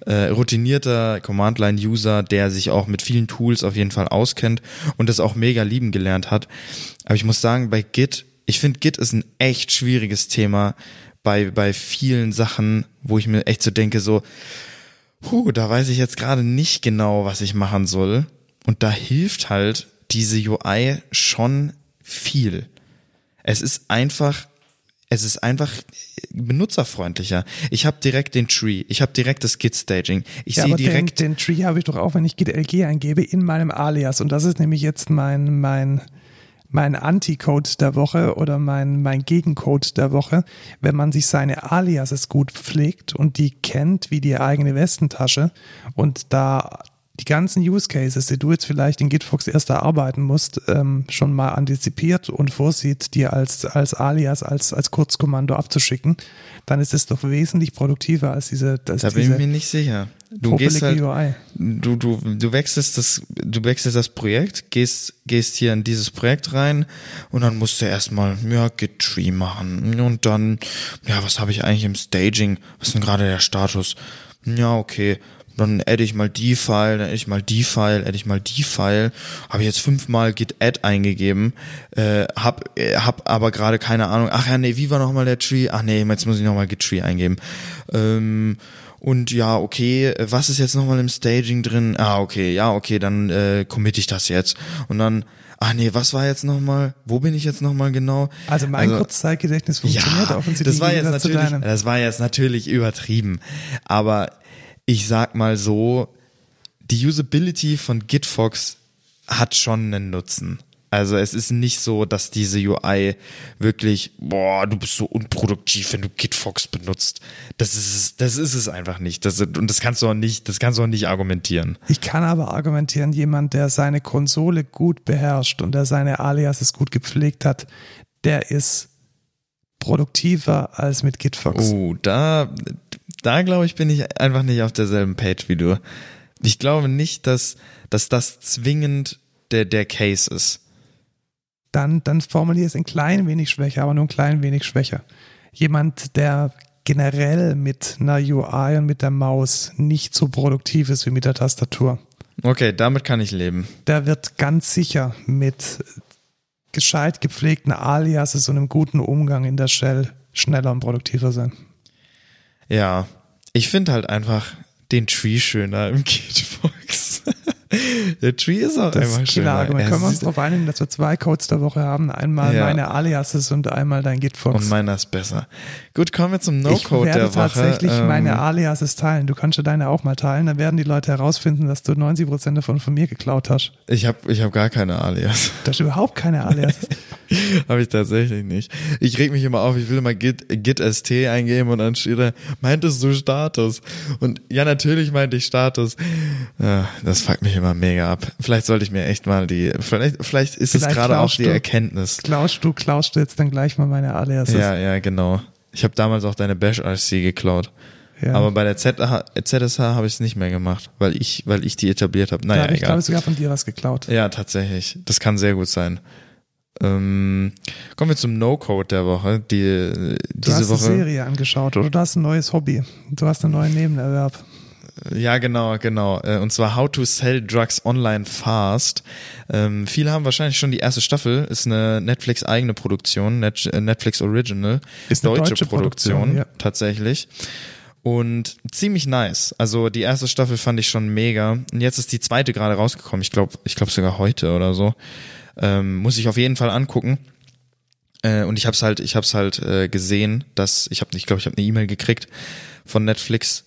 äh, routinierter Command-Line-User, der sich auch mit vielen Tools auf jeden Fall auskennt und das auch mega lieben gelernt hat. Aber ich muss sagen, bei Git ich finde, Git ist ein echt schwieriges Thema bei, bei vielen Sachen, wo ich mir echt so denke, so, huh, da weiß ich jetzt gerade nicht genau, was ich machen soll. Und da hilft halt diese UI schon viel. Es ist einfach, es ist einfach benutzerfreundlicher. Ich habe direkt den Tree, ich habe direkt das Git-Staging. Ich Ja, sehe aber den, direkt, den Tree habe ich doch auch, wenn ich GitLG eingebe, in meinem Alias. Und das ist nämlich jetzt mein, mein, mein Anti-Code der Woche oder mein, mein Gegencode der Woche. Wenn man sich seine Aliases gut pflegt und die kennt wie die eigene Westentasche und da die ganzen Use Cases, die du jetzt vielleicht in Gitfox erst erarbeiten musst, ähm, schon mal antizipiert und vorsieht, dir als, als Alias, als, als Kurzkommando abzuschicken, dann ist es doch wesentlich produktiver als diese, als da bin ich diese mir nicht sicher. Du gehst popelige halt, UI. du, du, du wechselst das, du wechselst das Projekt, gehst, gehst hier in dieses Projekt rein und dann musst du erstmal, ja, Git Tree machen und dann, ja, was habe ich eigentlich im Staging? Was ist denn gerade der Status? Ja, okay. Dann add ich mal die File, dann add ich mal die File, add ich mal die File. Habe ich jetzt fünfmal Git Add eingegeben, äh, hab, äh, hab aber gerade keine Ahnung. Ach ja, nee, wie war nochmal der Tree? Ach nee, jetzt muss ich nochmal Git Tree eingeben. Ähm, und ja, okay, äh, was ist jetzt nochmal im Staging drin? Ah, okay, ja, okay, dann äh, committe ich das jetzt. Und dann, ach nee, was war jetzt nochmal? Wo bin ich jetzt nochmal genau? Also mein Kurzzeitgedächtnis funktioniert ja, offensichtlich. das war im jetzt Gegensatz zu natürlich, deinem. das war jetzt natürlich übertrieben. Aber ich sag mal so, die Usability von Gitfox hat schon einen Nutzen. Also es ist nicht so, dass diese UI wirklich, boah, du bist so unproduktiv, wenn du Gitfox benutzt. Das ist es, das ist es einfach nicht. Das, und das kannst du auch nicht, das kannst du auch nicht argumentieren. Ich kann aber argumentieren, jemand, der seine Konsole gut beherrscht und der seine Aliases gut gepflegt hat, der ist produktiver als mit Gitfox. Oh, da, da glaube ich, bin ich einfach nicht auf derselben Page wie du. Ich glaube nicht, dass, dass das zwingend der, der Case ist. Dann, dann formuliere es ein klein wenig schwächer, aber nur ein klein wenig schwächer. Jemand, der generell mit einer UI und mit der Maus nicht so produktiv ist wie mit der Tastatur. Okay, damit kann ich leben. der wird ganz sicher mit gescheit gepflegten Aliases und einem guten Umgang in der Shell schneller und produktiver sein. Ja, ich finde halt einfach den Tree schöner im Kitbox. der Tree ist auch Das ist einfach ein killer schöner. Argument. Er Können wir uns sieht- darauf einigen, dass wir zwei Codes der Woche haben? Einmal Ja. meine Aliases und einmal dein und Gitfox. meiner ist besser. Gut, kommen wir zum ich No-Code werde der Woche. tatsächlich Ähm, meine Aliases teilen. Du kannst ja deine auch mal teilen. Dann werden die Leute herausfinden, dass du 90% davon von mir geklaut hast. ich habe ich hab gar keine Alias. Du hast überhaupt keine Aliases. Habe ich tatsächlich nicht. Ich reg mich immer auf, ich will immer Git, Git ST eingeben und dann steht da, meintest du Status? Und ja, natürlich meinte ich Status. Ja, das fuckt mich immer mega ab. Vielleicht sollte ich mir echt mal die, vielleicht, vielleicht ist es Vielleicht gerade auch klaust die du. Erkenntnis. klaust du, klaust du jetzt dann gleich mal meine Aliases. Ja, ja, genau. Ich habe damals auch deine Bash RC geklaut. Ja. Aber bei der ZH, ZSH habe ich es nicht mehr gemacht, weil ich, weil ich die etabliert habe. da Naja, habe ich, glaube egal. ich, sogar von dir was geklaut. Ja, tatsächlich. Das kann sehr gut sein. Ähm, kommen wir zum No-Code der Woche. Die, äh, Du diese hast eine Woche. Serie angeschaut oder du hast ein neues Hobby. Du hast einen neuen Nebenerwerb. Ja, genau, genau. Äh, Und zwar How to Sell Drugs Online Fast. Ähm, viele haben wahrscheinlich schon die erste Staffel. Ist eine Netflix-eigene Produktion, Net äh, Netflix Original. Ist eine deutsche Produktion, ja. tatsächlich. Und ziemlich nice. Also die erste Staffel fand ich schon mega. Und jetzt ist die zweite gerade rausgekommen. Ich glaube, ich glaube sogar heute oder so. Ähm, muss ich auf jeden Fall angucken. Äh, und ich habe es halt, ich habe es halt äh, gesehen, dass ich habe, ich glaube, ich habe eine E-Mail gekriegt von Netflix.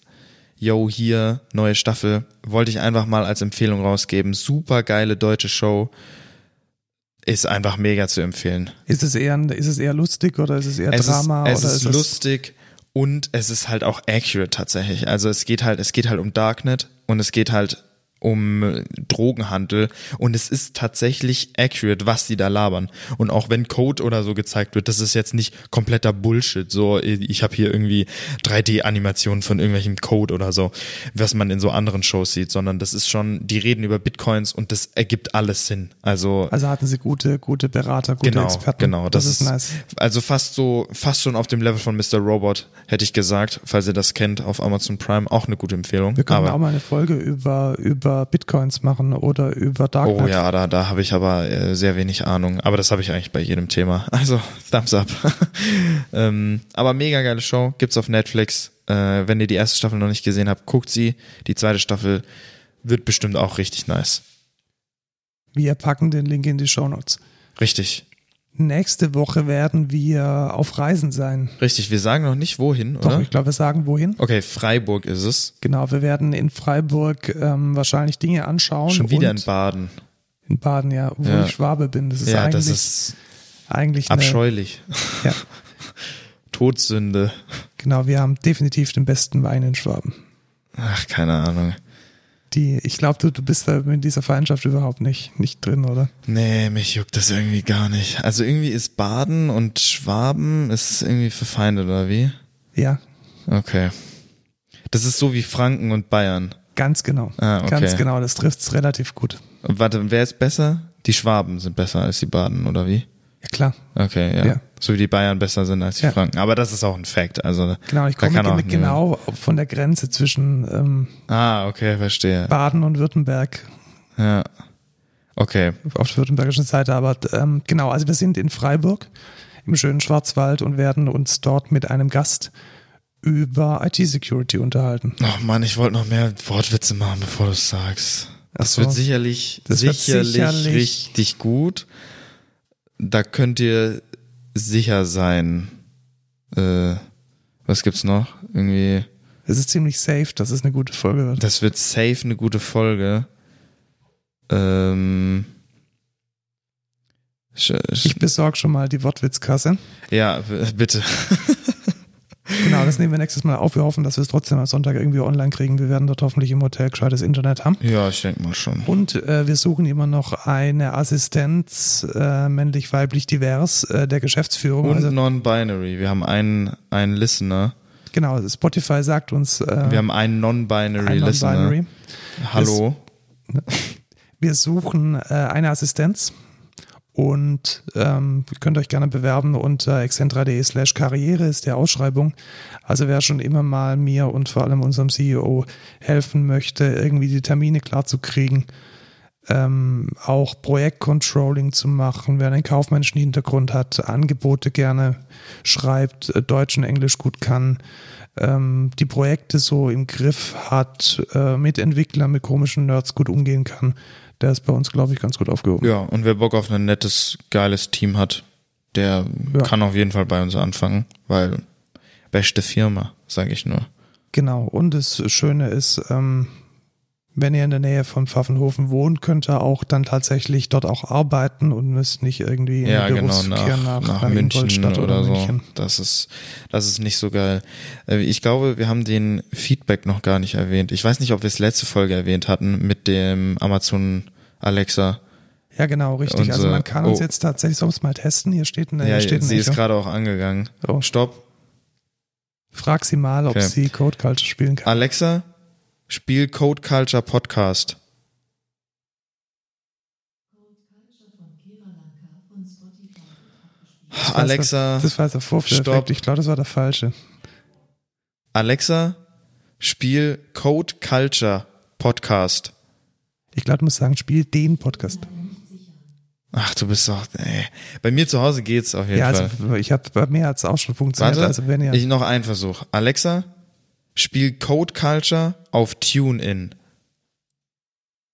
Yo, hier neue Staffel. Wollte ich einfach mal als Empfehlung rausgeben. Super geile deutsche Show. Ist einfach mega zu empfehlen. Ist es eher, ein- ist es eher lustig oder ist es eher Es Drama? ist, es oder ist lustig und es ist halt auch accurate tatsächlich. Also es geht halt, es geht halt um Darknet und es geht halt um äh, Drogenhandel und es ist tatsächlich accurate, was die da labern. Und auch wenn Code oder so gezeigt wird, das ist jetzt nicht kompletter Bullshit. So, äh, ich habe hier irgendwie 3D-Animationen von irgendwelchem Code oder so, was man in so anderen Shows sieht, sondern das ist schon, die reden über Bitcoins und das ergibt alles Sinn. Also Also hatten sie gute, gute Berater, gute genau, Experten. Genau, das, ist nice. Also fast so, fast schon auf dem Level von Mr. Robot, hätte ich gesagt, falls ihr das kennt, auf Amazon Prime, auch eine gute Empfehlung. Wir können aber auch mal eine Folge über, über über Bitcoins machen oder über Darknet. Oh ja, da, da habe ich aber äh, sehr wenig Ahnung. Aber das habe ich eigentlich bei jedem Thema. Also, thumbs up. ähm, aber mega geile Show. Gibt's auf Netflix. Äh, wenn ihr die erste Staffel noch nicht gesehen habt, guckt sie. Die zweite Staffel wird bestimmt auch richtig nice. Wir packen den Link in die Shownotes. Richtig. Nächste Woche werden wir auf Reisen sein. Richtig, wir sagen noch nicht wohin, Doch, oder? ich glaube, wir sagen wohin. Okay, Freiburg ist es. Genau, wir werden in Freiburg ähm, wahrscheinlich Dinge anschauen. Schon wieder in und Baden. in Baden, ja, wo Ja. ich Schwabe bin. Das ist ja, eigentlich, das ist eigentlich eine, abscheulich. ja, Todsünde. Genau, wir haben definitiv den besten Wein in Schwaben. Ach, keine Ahnung. Die, ich glaube, du, du bist da in dieser Feindschaft überhaupt nicht, nicht drin, oder? Nee, mich juckt das irgendwie gar nicht. Also irgendwie ist Baden und Schwaben ist irgendwie verfeindet, oder wie? Ja, Okay. Das ist so wie Franken und Bayern. ganz genau. Ah, okay. Ganz genau, das trifft es relativ gut. Und warte, wer ist besser? Die Schwaben sind besser als die Baden, oder wie? Ja, klar. Okay, ja. Ja. So wie die Bayern besser sind als die Ja. Franken. Aber das ist auch ein Fact. Also, Genau, ich da komme kann auch gen- niemand- genau von der Grenze zwischen ähm, Ah, okay, verstehe. Baden und Württemberg, Ja. Okay. auf der württembergischen Seite. Aber ähm, genau, also wir sind in Freiburg im schönen Schwarzwald und werden uns dort mit einem Gast über IT-Security unterhalten. Oh Mann, ich wollte noch mehr Wortwitze machen, bevor du es sagst. Das so. wird sicherlich, Das wird sicherlich, sicherlich- richtig gut. Da könnt ihr sicher sein. Äh, was gibt's noch? Irgendwie. Es ist ziemlich safe, dass es eine gute Folge wird. Das wird safe eine gute Folge. Ähm. Sch sch Ich besorge schon mal die Wortwitzkasse. ja, w- bitte. Genau, das nehmen wir nächstes Mal auf. Wir hoffen, dass wir es trotzdem am Sonntag irgendwie online kriegen. Wir werden dort hoffentlich im Hotel gescheites Internet haben. Ja, ich denke mal schon. Und äh, wir suchen immer noch eine Assistenz, äh, männlich, weiblich, divers, äh, der Geschäftsführung. Und also, non-binary. Wir haben einen, einen Listener. genau, Spotify sagt uns äh, Wir haben einen non-binary ein Listener. Non-Binary. Hallo. Wir suchen äh, eine Assistenz und ähm, ihr könnt euch gerne bewerben unter excentra.de slash karriere ist der Ausschreibung. Also wer schon immer mal mir und vor allem unserem CEO helfen möchte, irgendwie die Termine klar zu kriegen, ähm, auch Projektcontrolling zu machen, wer einen kaufmännischen Hintergrund hat, Angebote gerne schreibt, äh, Deutsch und Englisch gut kann, ähm, die Projekte so im Griff hat, äh, mit Entwicklern, mit komischen Nerds gut umgehen kann, der ist bei uns, glaube ich, ganz gut aufgehoben. Ja, und wer Bock auf ein nettes, geiles Team hat, der Ja. kann auf jeden Fall bei uns anfangen, weil beste Firma, sage ich nur. Genau. Und das Schöne ist, ähm, wenn ihr in der Nähe von Pfaffenhofen wohnt, könnt ihr auch dann tatsächlich dort auch arbeiten und müsst nicht irgendwie in Ja, den genau, Berufsverkehr nach, nach, Rhein- München Ingolstadt oder, so. München. Das ist, das ist nicht so geil. Äh, Ich glaube, wir haben den Feedback noch gar nicht erwähnt. Ich weiß nicht, ob wir es letzte Folge erwähnt hatten mit dem Amazon Alexa. Ja, genau, richtig. Und also so- man kann uns oh. jetzt tatsächlich sonst mal testen. Hier steht eine, ja, hier steht ein sie ist Echo. gerade auch angegangen. Oh. Stopp. Frag sie mal, ob Okay. sie Code Culture spielen kann. Alexa, spiel Code Culture Podcast. weiß Alexa, Das war jetzt der Vorführeffekt. Stopp. Ich glaube, das war der falsche. Alexa, spiel Code Culture Podcast. Ich glaube, du musst sagen, spiel den Podcast. Ach, du bist doch, ey. Bei mir zu Hause geht's auf jeden Ja, Fall. also ich habe bei mir hat's auch schon funktioniert. Warte, Also wenn ihr ich noch einen Versuch. Alexa, spiel Code Culture auf TuneIn.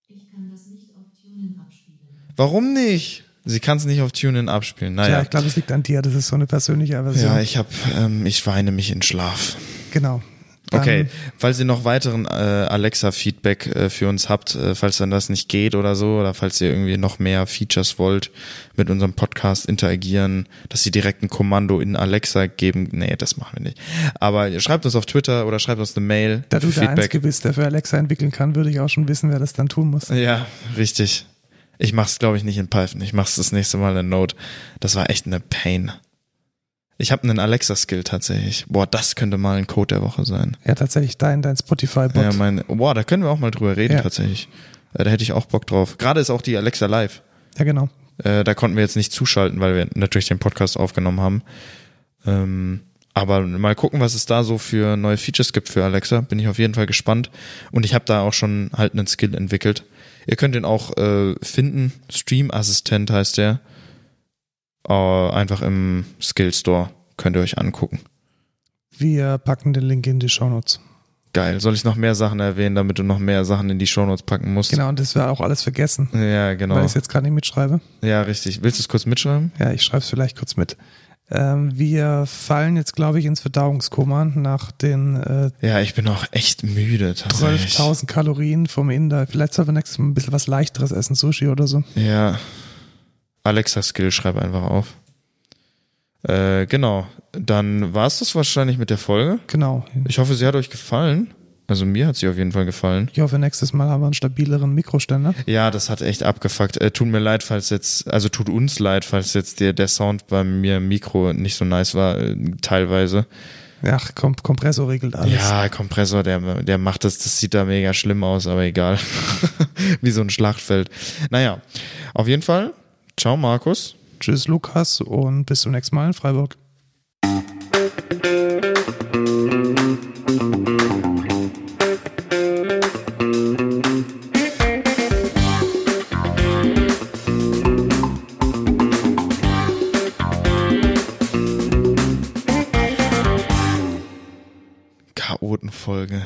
Ich kann das nicht auf Tunen abspielen. Warum nicht? Sie kann es nicht auf TuneIn abspielen. ja, Naja. ich glaube, es liegt an dir. Das ist so eine persönliche Version. Ah, Ja, ich hab, ähm, ich weine mich in Schlaf. genau. Dann- Okay, falls ihr noch weiteren äh, Alexa-Feedback äh, für uns habt, äh, falls dann das nicht geht oder so, oder falls ihr irgendwie noch mehr Features wollt, mit unserem Podcast interagieren, dass sie direkt ein Kommando in Alexa geben, nee, das machen wir nicht. Aber ihr schreibt uns auf Twitter oder schreibt uns eine Mail. Da du der Einzige Feedback. bist, der für Alexa entwickeln kann, würde ich auch schon wissen, wer das dann tun muss. Ja, richtig. Ich mach's, glaube ich, nicht in Python. Ich mach's das nächste Mal in Node. Das war echt eine Pain. Ich habe einen Alexa-Skill tatsächlich. Boah, das könnte mal ein Code der Woche sein. Ja, tatsächlich dein, dein Spotify-Bot. Ja, mein, wow, da können wir auch mal drüber reden Ja. tatsächlich. Äh, Da hätte ich auch Bock drauf. Gerade ist auch die Alexa live. ja, genau. Äh, da konnten wir jetzt nicht zuschalten, weil wir natürlich den Podcast aufgenommen haben. Ähm, Aber mal gucken, was es da so für neue Features gibt für Alexa. Bin ich auf jeden Fall gespannt. Und ich habe da auch schon halt einen Skill entwickelt. Ihr könnt den auch äh, finden. Stream Assistent heißt der. Äh, einfach im Skill Store könnt ihr euch angucken. Wir packen den Link in die Shownotes. Geil. Soll ich noch mehr Sachen erwähnen, damit du noch mehr Sachen in die Shownotes packen musst? Genau, und das wäre auch alles vergessen, Ja, genau. weil ich es jetzt gerade nicht mitschreibe. Ja, richtig. Willst du es kurz mitschreiben? Ja, ich schreibe es vielleicht kurz mit. Ähm, wir fallen jetzt, glaube ich, ins Verdauungskoma nach den äh, Ja, ich bin auch echt müde. tatsächlich. 12.000 Kalorien vom Inder. Vielleicht sollten wir nächstes Mal ein bisschen was Leichteres essen, Sushi oder so. Ja. Alexa-Skill, schreib einfach auf. Äh, genau. Dann war es das wahrscheinlich mit der Folge. Genau. Ich hoffe, sie hat euch gefallen. Also mir hat sie auf jeden Fall gefallen. Ich hoffe, nächstes Mal haben wir einen stabileren Mikroständer. Ja, das hat echt abgefuckt. Äh, tut mir leid, falls jetzt, also tut uns leid, falls jetzt der, der Sound bei mir im Mikro nicht so nice war, äh, teilweise. Ach, Kom Kompressor regelt alles. Ja, Kompressor, der, der macht das, das sieht da mega schlimm aus, aber egal. Wie so ein Schlachtfeld. Naja, auf jeden Fall, ciao Markus. Tschüss, Lukas, und bis zum nächsten Mal in Freiburg. Chaotenfolge.